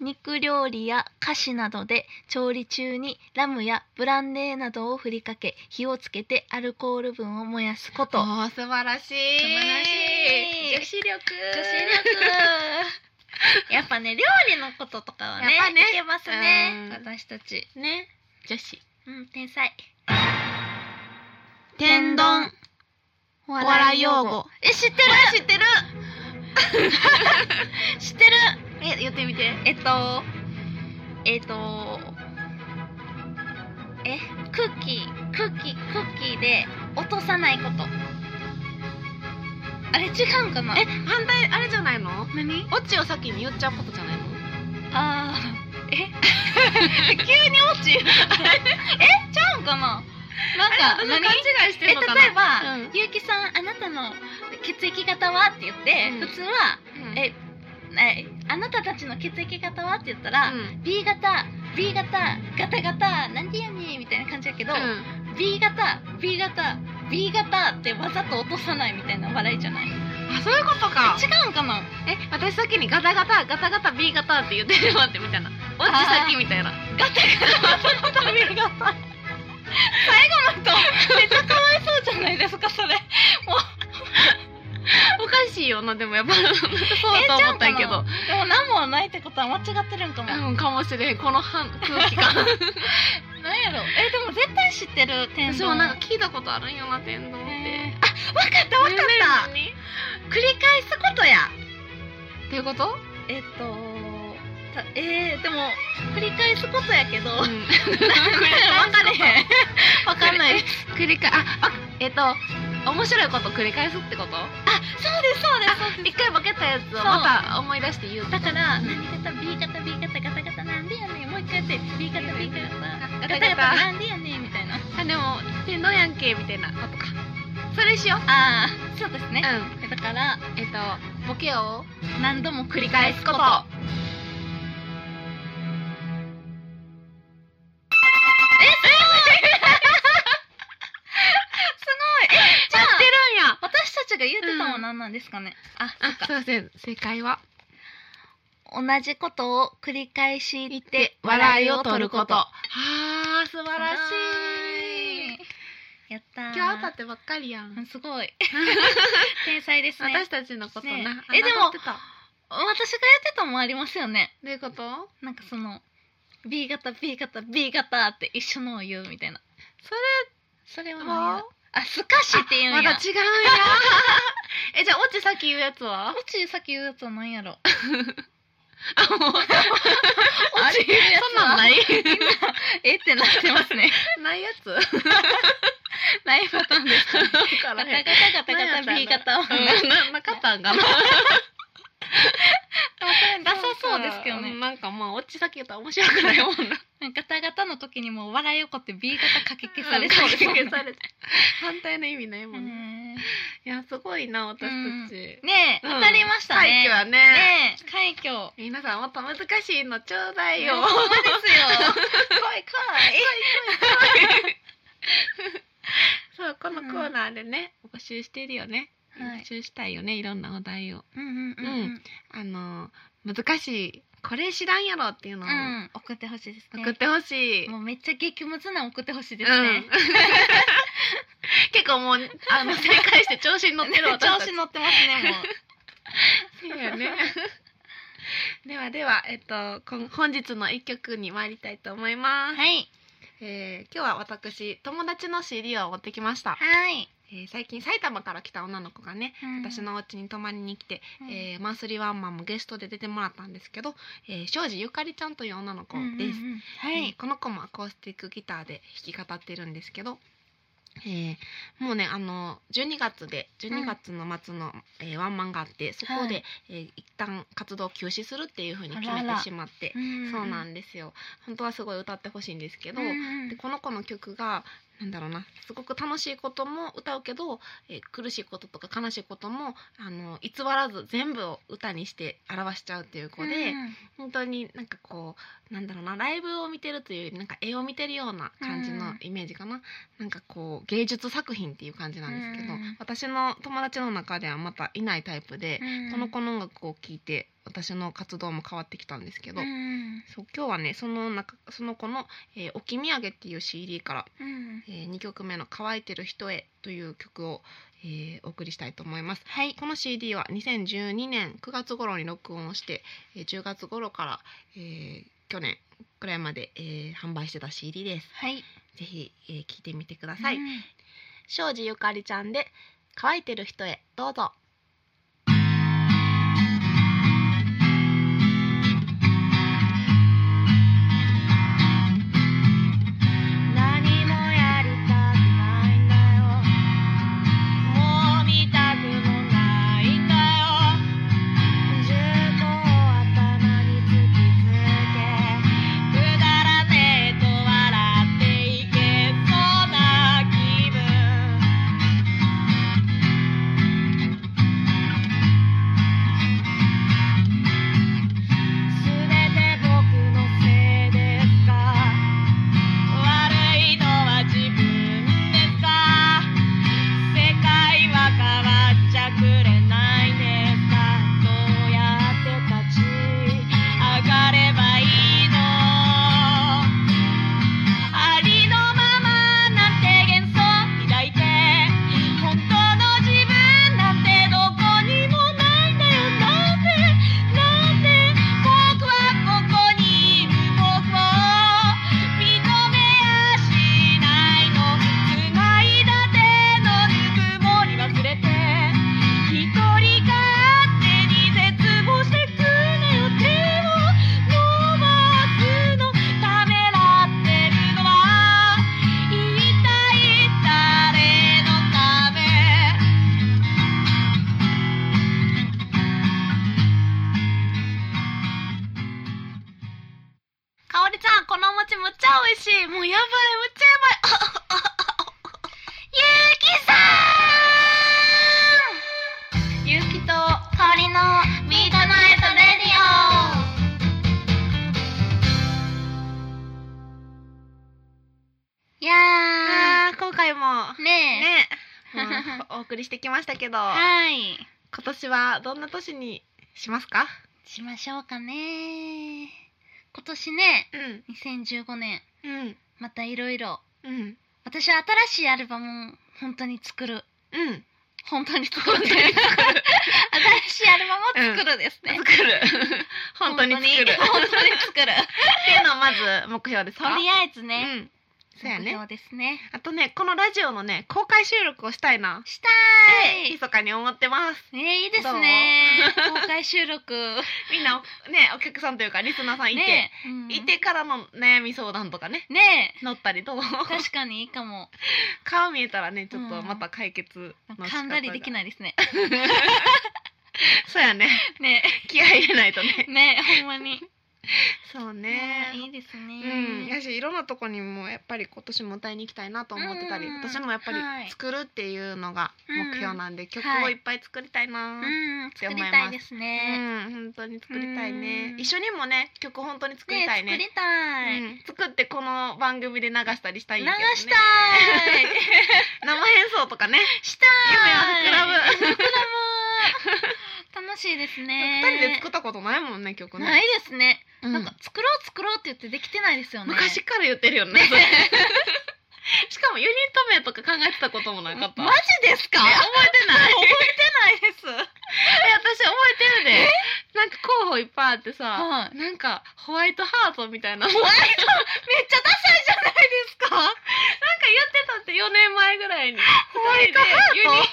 [SPEAKER 1] 肉料理や菓子などで調理中にラムやブランデーなどを振りかけ火をつけてアルコール分を燃やすこと
[SPEAKER 2] お
[SPEAKER 1] 女
[SPEAKER 2] ー素晴らし
[SPEAKER 1] 素
[SPEAKER 2] い
[SPEAKER 1] 晴らしい
[SPEAKER 2] 女子
[SPEAKER 1] 子力
[SPEAKER 2] 力
[SPEAKER 1] やっぱね料理のこととかはね
[SPEAKER 2] やっぱね
[SPEAKER 1] いけますね
[SPEAKER 2] うん
[SPEAKER 1] 私たち
[SPEAKER 2] ね女子
[SPEAKER 1] うん天才
[SPEAKER 2] 天丼
[SPEAKER 1] お
[SPEAKER 2] お笑い用語
[SPEAKER 1] え知ってる知ってる知ってる
[SPEAKER 2] え言ってみて
[SPEAKER 1] えっとえっとえクッキークッキークッキーで落とさないことあれ違うんかな
[SPEAKER 2] え反対あれじゃないの
[SPEAKER 1] 何
[SPEAKER 2] オチを先に言っちゃうことじゃないの
[SPEAKER 1] あーえ 急に落ち えちゃうんかななんか
[SPEAKER 2] 何
[SPEAKER 1] 何
[SPEAKER 2] 違いし
[SPEAKER 1] え例えば、
[SPEAKER 2] うん
[SPEAKER 1] ゆうきさんあなたの血液型はって言って、
[SPEAKER 2] う
[SPEAKER 1] 普
[SPEAKER 2] ん
[SPEAKER 1] 通は
[SPEAKER 2] うん
[SPEAKER 1] ええあなたたちの血液型はって言ったら、
[SPEAKER 2] うん
[SPEAKER 1] B 型 B 型ガタガタなんでやねんみたいな感じやけど、
[SPEAKER 2] うん
[SPEAKER 1] B 型 B 型 B 型ってわざと落とさないみたいな笑いじゃない違
[SPEAKER 2] あそういうことか
[SPEAKER 1] うんかな
[SPEAKER 2] え私先にガタガタガタガタ B 型って言ってるわってみたいなオチ先みたいな
[SPEAKER 1] ガ タ B 型最後の人めっちゃかわいそうじゃないですかそれ
[SPEAKER 2] しいよなでもやっぱそうだと思ったんやけど
[SPEAKER 1] でも何もないってことは間違ってるんかも、なん、
[SPEAKER 2] うんかもしれへんこの半空 気感
[SPEAKER 1] やろえでも絶対知ってる天
[SPEAKER 2] 私
[SPEAKER 1] 丼
[SPEAKER 2] もなんか聞いたことあるんよな天丼って、
[SPEAKER 1] えーあわかったわかっ
[SPEAKER 2] ね
[SPEAKER 1] た、
[SPEAKER 2] 何
[SPEAKER 1] 繰り返すことや
[SPEAKER 2] っていうこと、
[SPEAKER 1] えっとたえー、でも繰り返すことやけど、
[SPEAKER 2] う
[SPEAKER 1] わ
[SPEAKER 2] ん、
[SPEAKER 1] かれへんわかんないです
[SPEAKER 2] 繰り返ああえっ、と面白いこと繰り返すってこと
[SPEAKER 1] そうですそうですそうです
[SPEAKER 2] 一回ボケたやつを
[SPEAKER 1] そう
[SPEAKER 2] また思い出して言う
[SPEAKER 1] だから、
[SPEAKER 2] うん
[SPEAKER 1] 何型 B 型 B 型ガタガタなんでやねんもう一回やって B 型 B 型ガ
[SPEAKER 2] ガタガ
[SPEAKER 1] タ
[SPEAKER 2] タ
[SPEAKER 1] ガタなんでやねんみたいな
[SPEAKER 2] あでも天丼やんけみたいなことかそれしよう
[SPEAKER 1] ああそうですね、
[SPEAKER 2] う
[SPEAKER 1] だから
[SPEAKER 2] んえっ、とボケを
[SPEAKER 1] 何度も繰
[SPEAKER 2] 繰
[SPEAKER 1] り
[SPEAKER 2] り
[SPEAKER 1] 返
[SPEAKER 2] 返
[SPEAKER 1] す
[SPEAKER 2] す
[SPEAKER 1] こ
[SPEAKER 2] ことと
[SPEAKER 1] じゃあ
[SPEAKER 2] るんや
[SPEAKER 1] 私たちが言ってたのは
[SPEAKER 2] うん
[SPEAKER 1] 何なんですかね、あ
[SPEAKER 2] あすいません正解は
[SPEAKER 1] 同じことを繰り返し言って
[SPEAKER 2] 笑いを取ること
[SPEAKER 1] あ
[SPEAKER 2] あー素晴らしい
[SPEAKER 1] ーやったー
[SPEAKER 2] 今日当たってばっかりやん、
[SPEAKER 1] うんすごい天才ですね
[SPEAKER 2] 私たちのことな、
[SPEAKER 1] ね
[SPEAKER 2] あな
[SPEAKER 1] えでも
[SPEAKER 2] 当たってた
[SPEAKER 1] 私がやってたのもありますよね
[SPEAKER 2] どういうこと
[SPEAKER 1] なんかその B 型 B 型 B 型って一緒のを言うみたいな
[SPEAKER 2] そ
[SPEAKER 1] それ
[SPEAKER 2] れ
[SPEAKER 1] は何
[SPEAKER 2] は
[SPEAKER 1] やあすかしって言うん
[SPEAKER 2] まだ
[SPEAKER 1] や
[SPEAKER 2] 違うやえじゃあオチさっき言うやつは
[SPEAKER 1] うちさっき言うやつは何やろ
[SPEAKER 2] あもう
[SPEAKER 1] あれ言うやつは
[SPEAKER 2] そんなんない
[SPEAKER 1] えってなってますね
[SPEAKER 2] ないやつ
[SPEAKER 1] ライブパターンですかね
[SPEAKER 2] か
[SPEAKER 1] ガタガタ
[SPEAKER 2] らね
[SPEAKER 1] ガタガタ B 型は
[SPEAKER 2] うんななかったんかな
[SPEAKER 1] なさそうですけどね
[SPEAKER 2] んなんかまあオチさっき言ったら面白くないもんな
[SPEAKER 1] ガタガタの時にもう笑い起こって B 型かけ消されそうですもんね
[SPEAKER 2] 消されて反対の意味ないもんね、
[SPEAKER 1] ね
[SPEAKER 2] いやすごいな私たち、
[SPEAKER 1] ねえ、
[SPEAKER 2] うん
[SPEAKER 1] 当たりました
[SPEAKER 2] 廃
[SPEAKER 1] ね
[SPEAKER 2] 墟。はね
[SPEAKER 1] ねえ、快挙。ほん
[SPEAKER 2] 皆さんもっと難しいのちょうだ
[SPEAKER 1] ま
[SPEAKER 2] い
[SPEAKER 1] です
[SPEAKER 2] よ
[SPEAKER 1] よ。来い
[SPEAKER 2] そうこのコーナーでね、募集してるよね、
[SPEAKER 1] 来い。は
[SPEAKER 2] 募
[SPEAKER 1] い。
[SPEAKER 2] 集したいよねいろんなお題を
[SPEAKER 1] うんうんうん
[SPEAKER 2] うあの難しいこれ知らんやろっていうの
[SPEAKER 1] う
[SPEAKER 2] を
[SPEAKER 1] ん。うん、送ってほしいですね。
[SPEAKER 2] 送ってほしい、
[SPEAKER 1] もうめっちゃ激ムズな送ってほしいです
[SPEAKER 2] う
[SPEAKER 1] ね
[SPEAKER 2] ん。結構もうあの正解して調子に乗ってる
[SPEAKER 1] 調
[SPEAKER 2] 私たち
[SPEAKER 1] 子乗ってますね、もう。
[SPEAKER 2] そうやね ではではえっとこん本日の一曲に参りたいと思い ます、
[SPEAKER 1] はい。
[SPEAKER 2] えー今日は私友達の CD を持ってきました、
[SPEAKER 1] はい。
[SPEAKER 2] えー最近埼玉から来た女の子がね私のお家に泊まりに来て、
[SPEAKER 1] うん、
[SPEAKER 2] えーマンスリーワンマンもゲストで出てもらったんですけど、えー、庄司ゆかりちゃんという女の子です、
[SPEAKER 1] うんうんうん。は
[SPEAKER 2] え
[SPEAKER 1] い
[SPEAKER 2] ー。この子もアコースティックギターで弾き語ってるんですけど、えーもうねあの12月で
[SPEAKER 1] う
[SPEAKER 2] 12
[SPEAKER 1] ん
[SPEAKER 2] 月の末の、えーワンマンがあってそこで、
[SPEAKER 1] はい
[SPEAKER 2] えー一旦活動を休止するっていうふうに決
[SPEAKER 1] あ
[SPEAKER 2] め
[SPEAKER 1] らら
[SPEAKER 2] てしまってそうなんですよ本当はすごい歌ってほしいんですけ
[SPEAKER 1] け
[SPEAKER 2] ど、でこの子の曲がなんだろうなすごく楽しいことも歌うけど、えー苦しいこととか悲しいこともあの偽らず全部を歌にして表しちゃうっていう子で、本当になんかこうなんだろうなライブを見てるというよりなんか絵を見てるような感じの
[SPEAKER 1] うん
[SPEAKER 2] イメージかな、なんかこう芸術作品っていう感じなんですけど、
[SPEAKER 1] うん
[SPEAKER 2] 私の友達の中ではまたいないタイプで、この子の音楽を聴いて私の活動も変わってきたんですけど、
[SPEAKER 1] うん
[SPEAKER 2] そう今日はねその中その子の「えー、おきみあげ」っていう CD から、
[SPEAKER 1] うん
[SPEAKER 2] え2曲目の「乾いてる人へ」という曲を、えーお送りしたいと思います。
[SPEAKER 1] はい。
[SPEAKER 2] この CD は2012年9月頃に録音をして、えー10月頃から、えー去年くらいまで、えー販売してた CD です。
[SPEAKER 1] はい。
[SPEAKER 2] ぜひ、えー聞いてみてください。
[SPEAKER 1] うん
[SPEAKER 2] 庄司ゆかりちゃんで乾いてる人へどうぞ。
[SPEAKER 1] 何もやりたくないんだよもう見たくもないんだよずっと頭に突きつけくだらねえと笑っていけそうな気分
[SPEAKER 2] うやばいむっちゃやばい
[SPEAKER 1] ゆうきさんゆうきとかおりのミートナイトレディオいや
[SPEAKER 2] あー今回も
[SPEAKER 1] ーね
[SPEAKER 2] ねもうお送りしてきましたけど
[SPEAKER 1] え
[SPEAKER 2] 今
[SPEAKER 1] はい
[SPEAKER 2] 年はどんな年にしますか
[SPEAKER 1] しましょうかね今年ね
[SPEAKER 2] うん
[SPEAKER 1] 2015年
[SPEAKER 2] うん
[SPEAKER 1] またいろいろ
[SPEAKER 2] うん
[SPEAKER 1] 私は新しいアルバムを本当に作る
[SPEAKER 2] うん
[SPEAKER 1] 本当に作る新しいアルバムを作るですね、
[SPEAKER 2] 作る本当に作る
[SPEAKER 1] 本当に作 る
[SPEAKER 2] っていうのをまず目標です
[SPEAKER 1] と
[SPEAKER 2] か
[SPEAKER 1] りあえず
[SPEAKER 2] う
[SPEAKER 1] ね、
[SPEAKER 2] んそうや
[SPEAKER 1] 目
[SPEAKER 2] ね
[SPEAKER 1] 標ですね
[SPEAKER 2] あとねこのラジオのね公開収録をしたいな
[SPEAKER 1] した
[SPEAKER 2] って
[SPEAKER 1] ーい
[SPEAKER 2] 密かに思ってます
[SPEAKER 1] えー、いいですね公開収 録
[SPEAKER 2] みんなおねお客さんというかリスナーさんいて、
[SPEAKER 1] ねえ、うん
[SPEAKER 2] いてからの悩み相談とかね
[SPEAKER 1] ねえ
[SPEAKER 2] 乗ったりど う
[SPEAKER 1] 確かにいいかも
[SPEAKER 2] 顔見えたらねちょっと また解決の仕
[SPEAKER 1] 噛
[SPEAKER 2] 方が
[SPEAKER 1] んだりできないですね
[SPEAKER 2] そうやね
[SPEAKER 1] ね
[SPEAKER 2] 気合い入れないとね
[SPEAKER 1] えねえほんまに
[SPEAKER 2] そう
[SPEAKER 1] うんい
[SPEAKER 2] ね
[SPEAKER 1] いです
[SPEAKER 2] うん、
[SPEAKER 1] ね
[SPEAKER 2] やしいろんなとこにもやっぱり今年も歌いに行きたいなと思ってたり、
[SPEAKER 1] うんうん
[SPEAKER 2] 私もやっぱり
[SPEAKER 1] はい
[SPEAKER 2] 作るっていうのが目標なんで、曲をいっぱい作りたいな、
[SPEAKER 1] うん
[SPEAKER 2] て
[SPEAKER 1] 作
[SPEAKER 2] 思
[SPEAKER 1] り
[SPEAKER 2] います
[SPEAKER 1] たいですね
[SPEAKER 2] うん本当に作りたいね、
[SPEAKER 1] うん
[SPEAKER 2] 一緒にもね曲本当に作りたいね
[SPEAKER 1] 作りたい、
[SPEAKER 2] うん、作ってこの番組で流したりしたいん
[SPEAKER 1] 流
[SPEAKER 2] やけどね
[SPEAKER 1] したい
[SPEAKER 2] 生演奏とかね
[SPEAKER 1] したい
[SPEAKER 2] 夢は膨らむ
[SPEAKER 1] 膨ら む楽しいですね
[SPEAKER 2] 二人で作ったことないもんね曲ね
[SPEAKER 1] ないですね、
[SPEAKER 2] うん
[SPEAKER 1] なんか作ろう作ろうって言ってできてないですよね
[SPEAKER 2] 昔から言ってるよねそれ しかもユニット名とか考えてたこともなかっ た
[SPEAKER 1] マジですか
[SPEAKER 2] え覚え てな
[SPEAKER 1] え
[SPEAKER 2] いえ
[SPEAKER 1] てないです
[SPEAKER 2] 私覚えてるでなんか候補いっぱいあってさ
[SPEAKER 1] はい
[SPEAKER 2] なんかホワイトハートみたいななんか言っ
[SPEAKER 1] めっちゃダサいじゃないですか
[SPEAKER 2] てたって4年前ぐらいにホ
[SPEAKER 1] ワイトハート
[SPEAKER 2] ト
[SPEAKER 1] なん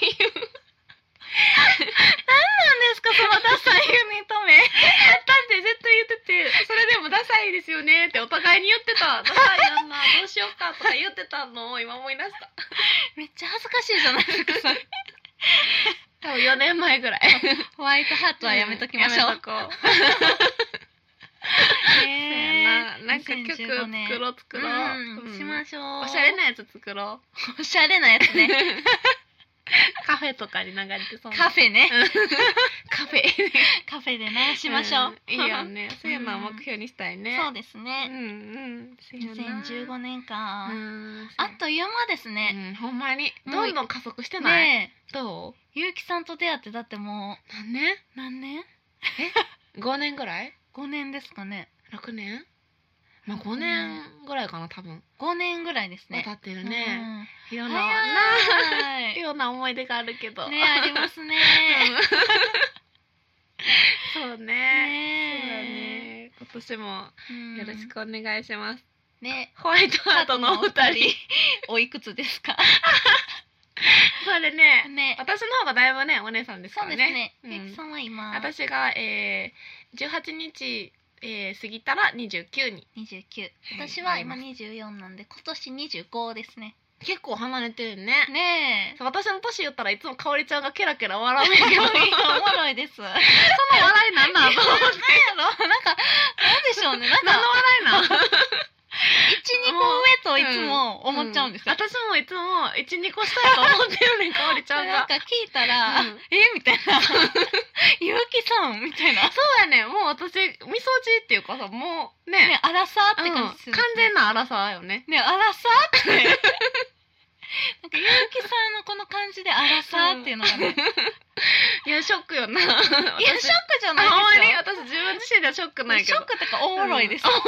[SPEAKER 1] ですかそのダサいユニット名
[SPEAKER 2] やったって絶対言っててそれでもダサいですよねってお互いに言ってたダサい やんなどうしようかとか言ってたのを今思い出した
[SPEAKER 1] めっちゃ恥ずかしいじゃないですかそれ
[SPEAKER 2] 多分4年前ぐらい
[SPEAKER 1] ホワイトハートはやめときましょう、
[SPEAKER 2] やめとこう
[SPEAKER 1] ね
[SPEAKER 2] そうや
[SPEAKER 1] え
[SPEAKER 2] ななんか曲
[SPEAKER 1] 2015年
[SPEAKER 2] 作ろう作ろう、
[SPEAKER 1] う
[SPEAKER 2] うんん
[SPEAKER 1] しましょう
[SPEAKER 2] おしゃれなやつ作ろ
[SPEAKER 1] おしゃれなやつ
[SPEAKER 2] う、
[SPEAKER 1] ね
[SPEAKER 2] カフェとかに流れてそうな
[SPEAKER 1] カフェね
[SPEAKER 2] カフェ
[SPEAKER 1] カフェでねしましょう、
[SPEAKER 2] んいい よねそういうのは
[SPEAKER 1] うん
[SPEAKER 2] 目標にしたいね
[SPEAKER 1] そうです
[SPEAKER 2] う
[SPEAKER 1] ね、
[SPEAKER 2] んうんそうやな
[SPEAKER 1] 2015年か、
[SPEAKER 2] うん
[SPEAKER 1] あっという間ですね、
[SPEAKER 2] うんほんまに
[SPEAKER 1] もう
[SPEAKER 2] どんどん加速してない、
[SPEAKER 1] ね
[SPEAKER 2] ど
[SPEAKER 1] えゆうきさんと出会ってだっても
[SPEAKER 2] う何年
[SPEAKER 1] う何年
[SPEAKER 2] 5年ぐらい
[SPEAKER 1] 5年ですかね
[SPEAKER 2] 6年まあ5
[SPEAKER 1] う
[SPEAKER 2] 年
[SPEAKER 1] ん
[SPEAKER 2] ぐらいかな多分
[SPEAKER 1] 5年ぐらいですね
[SPEAKER 2] 渡ってるね、いろ
[SPEAKER 1] うんん、
[SPEAKER 2] な
[SPEAKER 1] 早
[SPEAKER 2] ないような思い出があるけど
[SPEAKER 1] ねあります ね
[SPEAKER 2] そうね。そうだ
[SPEAKER 1] ね
[SPEAKER 2] ね。今年も
[SPEAKER 1] うん
[SPEAKER 2] よろしくお願いします。
[SPEAKER 1] ね
[SPEAKER 2] ホワイトハートのお二人。
[SPEAKER 1] おいくつですか
[SPEAKER 2] それ ね、
[SPEAKER 1] ね
[SPEAKER 2] 私の方がだいぶね、お姉さんです
[SPEAKER 1] そ
[SPEAKER 2] か
[SPEAKER 1] う
[SPEAKER 2] ら
[SPEAKER 1] ですね
[SPEAKER 2] ね。
[SPEAKER 1] ゆうき
[SPEAKER 2] う
[SPEAKER 1] さんは今
[SPEAKER 2] ん私が、えー、18日、えー過ぎたら29に。
[SPEAKER 1] 29
[SPEAKER 2] はい
[SPEAKER 1] 私は今
[SPEAKER 2] な
[SPEAKER 1] 24なんで今年25ですね
[SPEAKER 2] 結構離れてるね。
[SPEAKER 1] ねえ
[SPEAKER 2] そう私の年言ったらいつもかおりちゃんがケラケラ笑うんやけど その
[SPEAKER 1] おもろいです なんや
[SPEAKER 2] 笑いなんなん
[SPEAKER 1] ろなんかなんでしょうねなん
[SPEAKER 2] 何
[SPEAKER 1] か
[SPEAKER 2] の笑いなん
[SPEAKER 1] 12個上といつも思っちゃうんですよ、
[SPEAKER 2] 私もいつも12個したいと思ってるねんかおりちゃん
[SPEAKER 1] なん
[SPEAKER 2] が
[SPEAKER 1] か聞いたら、
[SPEAKER 2] うん
[SPEAKER 1] えみたいなゆうきさんみたいな、ね、
[SPEAKER 2] そうやねもう私みそじっていうかさもうね
[SPEAKER 1] アラサーっ
[SPEAKER 2] う
[SPEAKER 1] て
[SPEAKER 2] ん
[SPEAKER 1] 感じする、
[SPEAKER 2] 完全な荒さよね
[SPEAKER 1] ねアラサー ってなんかゆうきさんのこの感じでアラサーっていうのがね、
[SPEAKER 2] いやショックよないや
[SPEAKER 1] いやショックじゃ
[SPEAKER 2] あほんま
[SPEAKER 1] ない
[SPEAKER 2] に
[SPEAKER 1] で
[SPEAKER 2] 私自分自身ではショックない
[SPEAKER 1] す
[SPEAKER 2] け
[SPEAKER 1] よシ
[SPEAKER 2] ど
[SPEAKER 1] ョックとかおもろいです、
[SPEAKER 2] うん
[SPEAKER 1] おも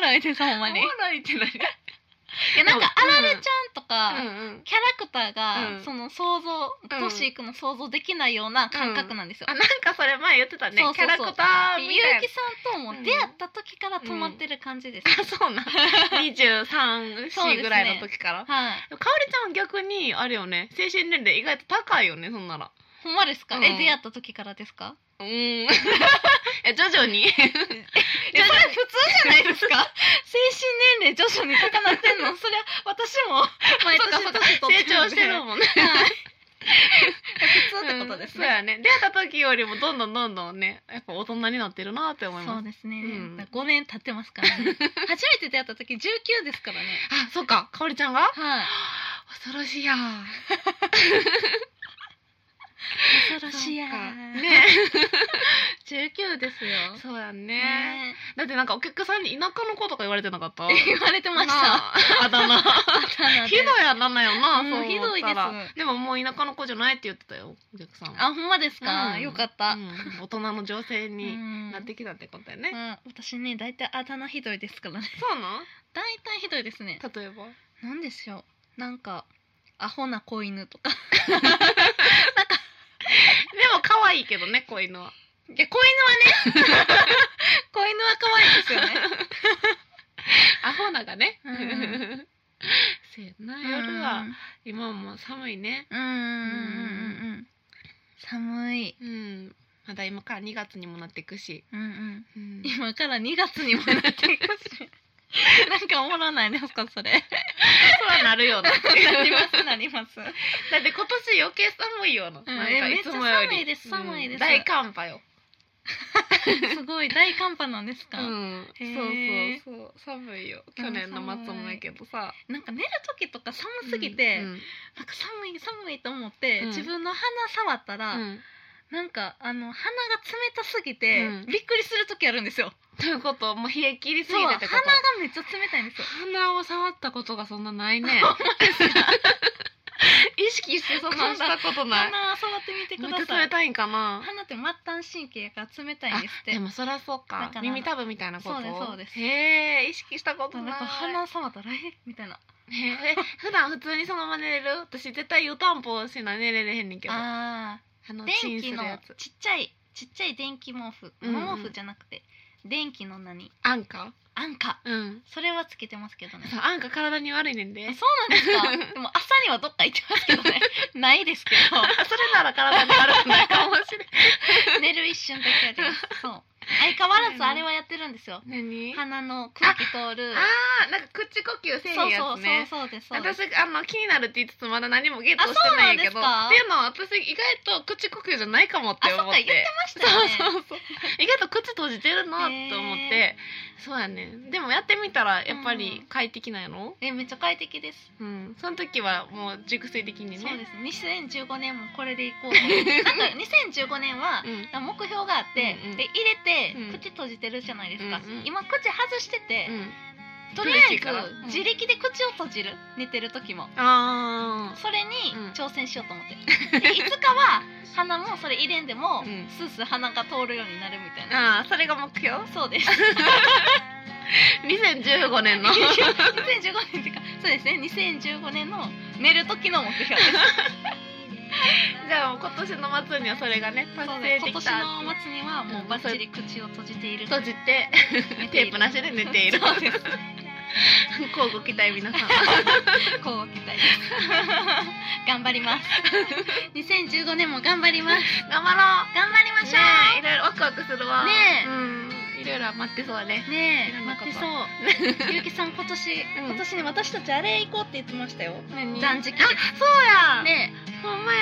[SPEAKER 1] ろいですほんまにい
[SPEAKER 2] 笑いって何
[SPEAKER 1] やなんか
[SPEAKER 2] う
[SPEAKER 1] あ
[SPEAKER 2] ん
[SPEAKER 1] られちゃんとか、
[SPEAKER 2] うんうん
[SPEAKER 1] キャラクターが、
[SPEAKER 2] うん
[SPEAKER 1] その想像
[SPEAKER 2] うん
[SPEAKER 1] 年いくの想像できないような感覚なんですよ、
[SPEAKER 2] あなんかそれ前言ってたね
[SPEAKER 1] そうそうそう
[SPEAKER 2] キャラクター
[SPEAKER 1] ゆう
[SPEAKER 2] みたい
[SPEAKER 1] き
[SPEAKER 2] な
[SPEAKER 1] さんとも出会った時から止まってる感じです、
[SPEAKER 2] あそう な
[SPEAKER 1] そうですね
[SPEAKER 2] 234ぐらいの時から、
[SPEAKER 1] はい
[SPEAKER 2] でもかおりちゃんは逆にあれよね精神年齢意外と高いよねそんなら
[SPEAKER 1] ほんまですか、
[SPEAKER 2] う
[SPEAKER 1] え
[SPEAKER 2] ん
[SPEAKER 1] 出会った時からですか
[SPEAKER 2] うん いや徐々に
[SPEAKER 1] えそれ普通じゃないですか精神年齢徐々に高なってん のそ れは私も毎年
[SPEAKER 2] そうかそうか
[SPEAKER 1] 年取
[SPEAKER 2] 成
[SPEAKER 1] ってるん
[SPEAKER 2] 長
[SPEAKER 1] で
[SPEAKER 2] してるもんね
[SPEAKER 1] はい普通ってことです
[SPEAKER 2] うん
[SPEAKER 1] ね。
[SPEAKER 2] そうやね出会った時よりもどんどんどんどんねやっぱ大人になってるなって思い
[SPEAKER 1] そ
[SPEAKER 2] ま
[SPEAKER 1] う
[SPEAKER 2] す
[SPEAKER 1] ですね
[SPEAKER 2] うん。
[SPEAKER 1] だから5年経ってます からね。初めて出会った時19ですからね。
[SPEAKER 2] あそうかかおりちゃんが
[SPEAKER 1] はい。
[SPEAKER 2] 恐ろしいや
[SPEAKER 1] 恐ろしいや
[SPEAKER 2] そうか
[SPEAKER 1] ー。
[SPEAKER 2] ね
[SPEAKER 1] 19ですよ。
[SPEAKER 2] そうやんね
[SPEAKER 1] ね
[SPEAKER 2] だってなんかお客さんに田舎の子とか言われてなかった
[SPEAKER 1] 言われてました。
[SPEAKER 2] あだ名ひどいあだ名よな、
[SPEAKER 1] うん
[SPEAKER 2] そう思ったら
[SPEAKER 1] ひどいです
[SPEAKER 2] でももう田舎の子じゃないって言ってたよお客さん
[SPEAKER 1] あ、ほんまですか。
[SPEAKER 2] うん
[SPEAKER 1] よかった
[SPEAKER 2] う。ん大人の女性
[SPEAKER 1] う
[SPEAKER 2] に
[SPEAKER 1] ん
[SPEAKER 2] なってきたってことやね、
[SPEAKER 1] まあ私ね、大体あだ名ひどいですからね。
[SPEAKER 2] そうな
[SPEAKER 1] 大体ひどいですね。
[SPEAKER 2] ん例えば
[SPEAKER 1] なんでしょう。なんか、アホな子犬とか。
[SPEAKER 2] でも可愛いけどねこういうのはい
[SPEAKER 1] や、子犬はね。 子犬は可愛いですよね。
[SPEAKER 2] アホながね、
[SPEAKER 1] うん
[SPEAKER 2] せやな夜は今も寒いね
[SPEAKER 1] うん。うんうんうんうん。寒い。
[SPEAKER 2] うんまだ今から2月にもなっていくし、
[SPEAKER 1] うんうん。
[SPEAKER 2] うん
[SPEAKER 1] 今から2月にもなっていくし。なんかおもろないですか、それ。
[SPEAKER 2] そうなるよな だって
[SPEAKER 1] な
[SPEAKER 2] 今
[SPEAKER 1] り
[SPEAKER 2] 年
[SPEAKER 1] ます、なり ます。
[SPEAKER 2] 余計寒いよな,、なんか
[SPEAKER 1] え
[SPEAKER 2] いつもより
[SPEAKER 1] めっちゃ寒いです寒いです
[SPEAKER 2] うん大寒波よ
[SPEAKER 1] すごい大寒波なんですか、
[SPEAKER 2] うん、
[SPEAKER 1] へー
[SPEAKER 2] そうそうそう寒いよ去年の末もやけどさ
[SPEAKER 1] なんか寝る時とか寒すぎて、
[SPEAKER 2] うん
[SPEAKER 1] なんか寒い寒いと思って、
[SPEAKER 2] うん
[SPEAKER 1] 自分の鼻触ったら、
[SPEAKER 2] うん
[SPEAKER 1] なんかあの鼻が冷たすぎて、
[SPEAKER 2] うん
[SPEAKER 1] びっくりする時あるんですよ
[SPEAKER 2] ということもう冷え切りす
[SPEAKER 1] そう
[SPEAKER 2] ぎて
[SPEAKER 1] 鼻
[SPEAKER 2] っ
[SPEAKER 1] が
[SPEAKER 2] てこ
[SPEAKER 1] めっちゃ冷たいんです
[SPEAKER 2] と
[SPEAKER 1] よ
[SPEAKER 2] 鼻を触ったことがそんなない ね意識してそんなんしたことない
[SPEAKER 1] 鼻触ってみてく
[SPEAKER 2] め
[SPEAKER 1] だ
[SPEAKER 2] っちゃ
[SPEAKER 1] さ
[SPEAKER 2] 冷
[SPEAKER 1] い
[SPEAKER 2] たいんかな
[SPEAKER 1] 鼻って末端神経やから冷たいん
[SPEAKER 2] あ
[SPEAKER 1] ですって
[SPEAKER 2] でもそりゃそう
[SPEAKER 1] だ
[SPEAKER 2] か
[SPEAKER 1] から
[SPEAKER 2] 耳たぶみたいなこと
[SPEAKER 1] そうですそうです
[SPEAKER 2] へえ意識したこと
[SPEAKER 1] なん
[SPEAKER 2] ない
[SPEAKER 1] か鼻触ったらえみたいな
[SPEAKER 2] へえ普段普通にそのまま寝れる私絶対湯たんぽしない寝れれへんねんけどあ
[SPEAKER 1] あ
[SPEAKER 2] の
[SPEAKER 1] ー
[SPEAKER 2] チ
[SPEAKER 1] 電
[SPEAKER 2] ンす
[SPEAKER 1] 気
[SPEAKER 2] る
[SPEAKER 1] の
[SPEAKER 2] やつ
[SPEAKER 1] ちっちゃいちっちゃい電気毛布
[SPEAKER 2] うんうん
[SPEAKER 1] 毛布じゃなくて、電気の何
[SPEAKER 2] あんか
[SPEAKER 1] アンカ
[SPEAKER 2] うん
[SPEAKER 1] それはつけてますけどね
[SPEAKER 2] そう あんか体に悪いねんで
[SPEAKER 1] あそうなんですか。でも朝にはどっか行ってますけどね。ないです けど、
[SPEAKER 2] それなら体に悪くないかもしれない
[SPEAKER 1] 寝る一瞬だけやります。そう。相変わらずあれはやってるんですよ。
[SPEAKER 2] 何あ
[SPEAKER 1] 鼻の空気通る。
[SPEAKER 2] あーなんか口呼吸せえへ
[SPEAKER 1] そ
[SPEAKER 2] ん
[SPEAKER 1] う
[SPEAKER 2] や
[SPEAKER 1] そうそう
[SPEAKER 2] つね
[SPEAKER 1] そうです。そうです
[SPEAKER 2] 私あの気になるって言いつつまだ何もゲットしてないんやけど
[SPEAKER 1] あそうなんですか
[SPEAKER 2] っていうのは私意外と口呼吸じゃないかもって
[SPEAKER 1] あ、そっ
[SPEAKER 2] 思っ
[SPEAKER 1] か言って
[SPEAKER 2] て
[SPEAKER 1] ましたよね。
[SPEAKER 2] そうそうそう 意外と口閉じてるなと思って
[SPEAKER 1] へ
[SPEAKER 2] そうやねでもやってみたらやっぱり快適なんやろ
[SPEAKER 1] え、めっちゃ快適です。
[SPEAKER 2] うん、その時はもう熟睡的にね
[SPEAKER 1] そうです。2015年もこれでい こうと思って。なんか2015年は。
[SPEAKER 2] うん
[SPEAKER 1] 目標があって、
[SPEAKER 2] うんうん
[SPEAKER 1] で入れて、
[SPEAKER 2] うん
[SPEAKER 1] 口閉じてるじゃないですか、
[SPEAKER 2] うんうん
[SPEAKER 1] 今口外してて、
[SPEAKER 2] うん
[SPEAKER 1] とりあ
[SPEAKER 2] 苦し
[SPEAKER 1] え
[SPEAKER 2] いから
[SPEAKER 1] ず自力で口を閉じる寝てる時も
[SPEAKER 2] あ
[SPEAKER 1] それに
[SPEAKER 2] うん
[SPEAKER 1] 挑戦しようと思 って、でいつかは鼻もそれ入れんでも、
[SPEAKER 2] うん
[SPEAKER 1] スースー鼻が通るようになるみたい
[SPEAKER 2] ー
[SPEAKER 1] な
[SPEAKER 2] あーそれが目標
[SPEAKER 1] そうです
[SPEAKER 2] 2015 年 の
[SPEAKER 1] 2015年っていうかそうですね2015年の寝る時の目標 です
[SPEAKER 2] じゃあもう今年の末にはそれがね達
[SPEAKER 1] そう
[SPEAKER 2] 成
[SPEAKER 1] ね今
[SPEAKER 2] でき
[SPEAKER 1] 年
[SPEAKER 2] た
[SPEAKER 1] の末にはもうバッチリ口を閉じている
[SPEAKER 2] 閉じて
[SPEAKER 1] 寝てい
[SPEAKER 2] テ
[SPEAKER 1] る
[SPEAKER 2] ープなしで寝てい る
[SPEAKER 1] そうです
[SPEAKER 2] 交互期待皆さん
[SPEAKER 1] こう期待です頑張り ます2015年も頑張ります
[SPEAKER 2] 頑張
[SPEAKER 1] 頑張り
[SPEAKER 2] ろう
[SPEAKER 1] ましょ
[SPEAKER 2] ねえいろいろワクワクするわ
[SPEAKER 1] ねえ
[SPEAKER 2] うんいろいろ待ってそうね
[SPEAKER 1] うね
[SPEAKER 2] いろ
[SPEAKER 1] え
[SPEAKER 2] んな
[SPEAKER 1] 待っ
[SPEAKER 2] こと
[SPEAKER 1] てそうゆうきさん今年、
[SPEAKER 2] うん
[SPEAKER 1] 今年ね私たちあれ行こうって言ってましたよ
[SPEAKER 2] 何
[SPEAKER 1] 断食
[SPEAKER 2] あそうや、
[SPEAKER 1] ね
[SPEAKER 2] ほんまや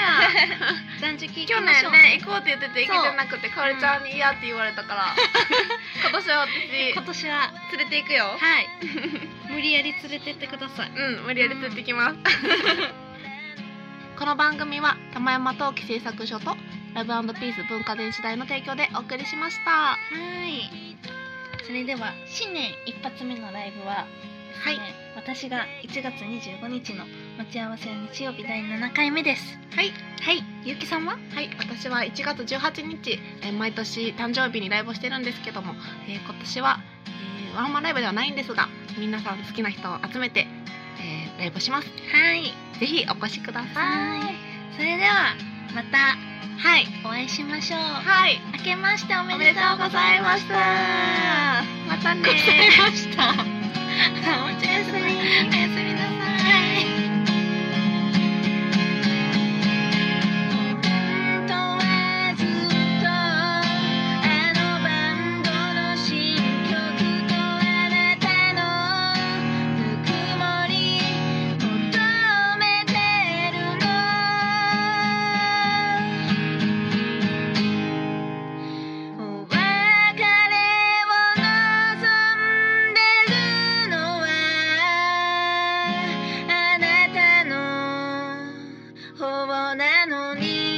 [SPEAKER 1] え 断食行き
[SPEAKER 2] 去
[SPEAKER 1] ましょ
[SPEAKER 2] 年
[SPEAKER 1] う
[SPEAKER 2] ね行こうって言ってて行
[SPEAKER 1] そう
[SPEAKER 2] けてなくてかおりちゃんに嫌って言われたから 今年は
[SPEAKER 1] 今
[SPEAKER 2] 私
[SPEAKER 1] 年は
[SPEAKER 2] 連れて行く
[SPEAKER 1] は
[SPEAKER 2] よ
[SPEAKER 1] い無理やり連れてってください
[SPEAKER 2] うん無理やり連れて行きます、 この番組は玉山陶器製作所とラブピース文化電子代の提供でお送りしました
[SPEAKER 1] はいそれでは新年一発目のライブは
[SPEAKER 2] はい
[SPEAKER 1] ね私が1月25日の待ち合わせ日曜日第7回目です
[SPEAKER 2] はい
[SPEAKER 1] はいゆうきさんは
[SPEAKER 2] はい、私は1月18日、えー毎年誕生日にライブをしてるんですけども、えー今年は、えーワンマンライブではないんですが皆さん好きな人を集めて、えーライブします
[SPEAKER 1] はい
[SPEAKER 2] ぜひお越しください
[SPEAKER 1] はいそれではまた
[SPEAKER 2] はい
[SPEAKER 1] お会いしましょう
[SPEAKER 2] はい
[SPEAKER 1] 明けましておめ
[SPEAKER 2] おめ
[SPEAKER 1] で
[SPEAKER 2] で
[SPEAKER 1] と
[SPEAKER 2] と
[SPEAKER 1] う
[SPEAKER 2] う
[SPEAKER 1] ご
[SPEAKER 2] ご
[SPEAKER 1] ざ
[SPEAKER 2] ざ
[SPEAKER 1] い
[SPEAKER 2] い
[SPEAKER 1] ま
[SPEAKER 2] ま
[SPEAKER 1] し
[SPEAKER 2] した
[SPEAKER 1] た
[SPEAKER 2] またね
[SPEAKER 1] ございました。おやすみ。おやすみなさい。本当はずっとあのバンドの新曲とあなたのぬくもり求めてるの。なのに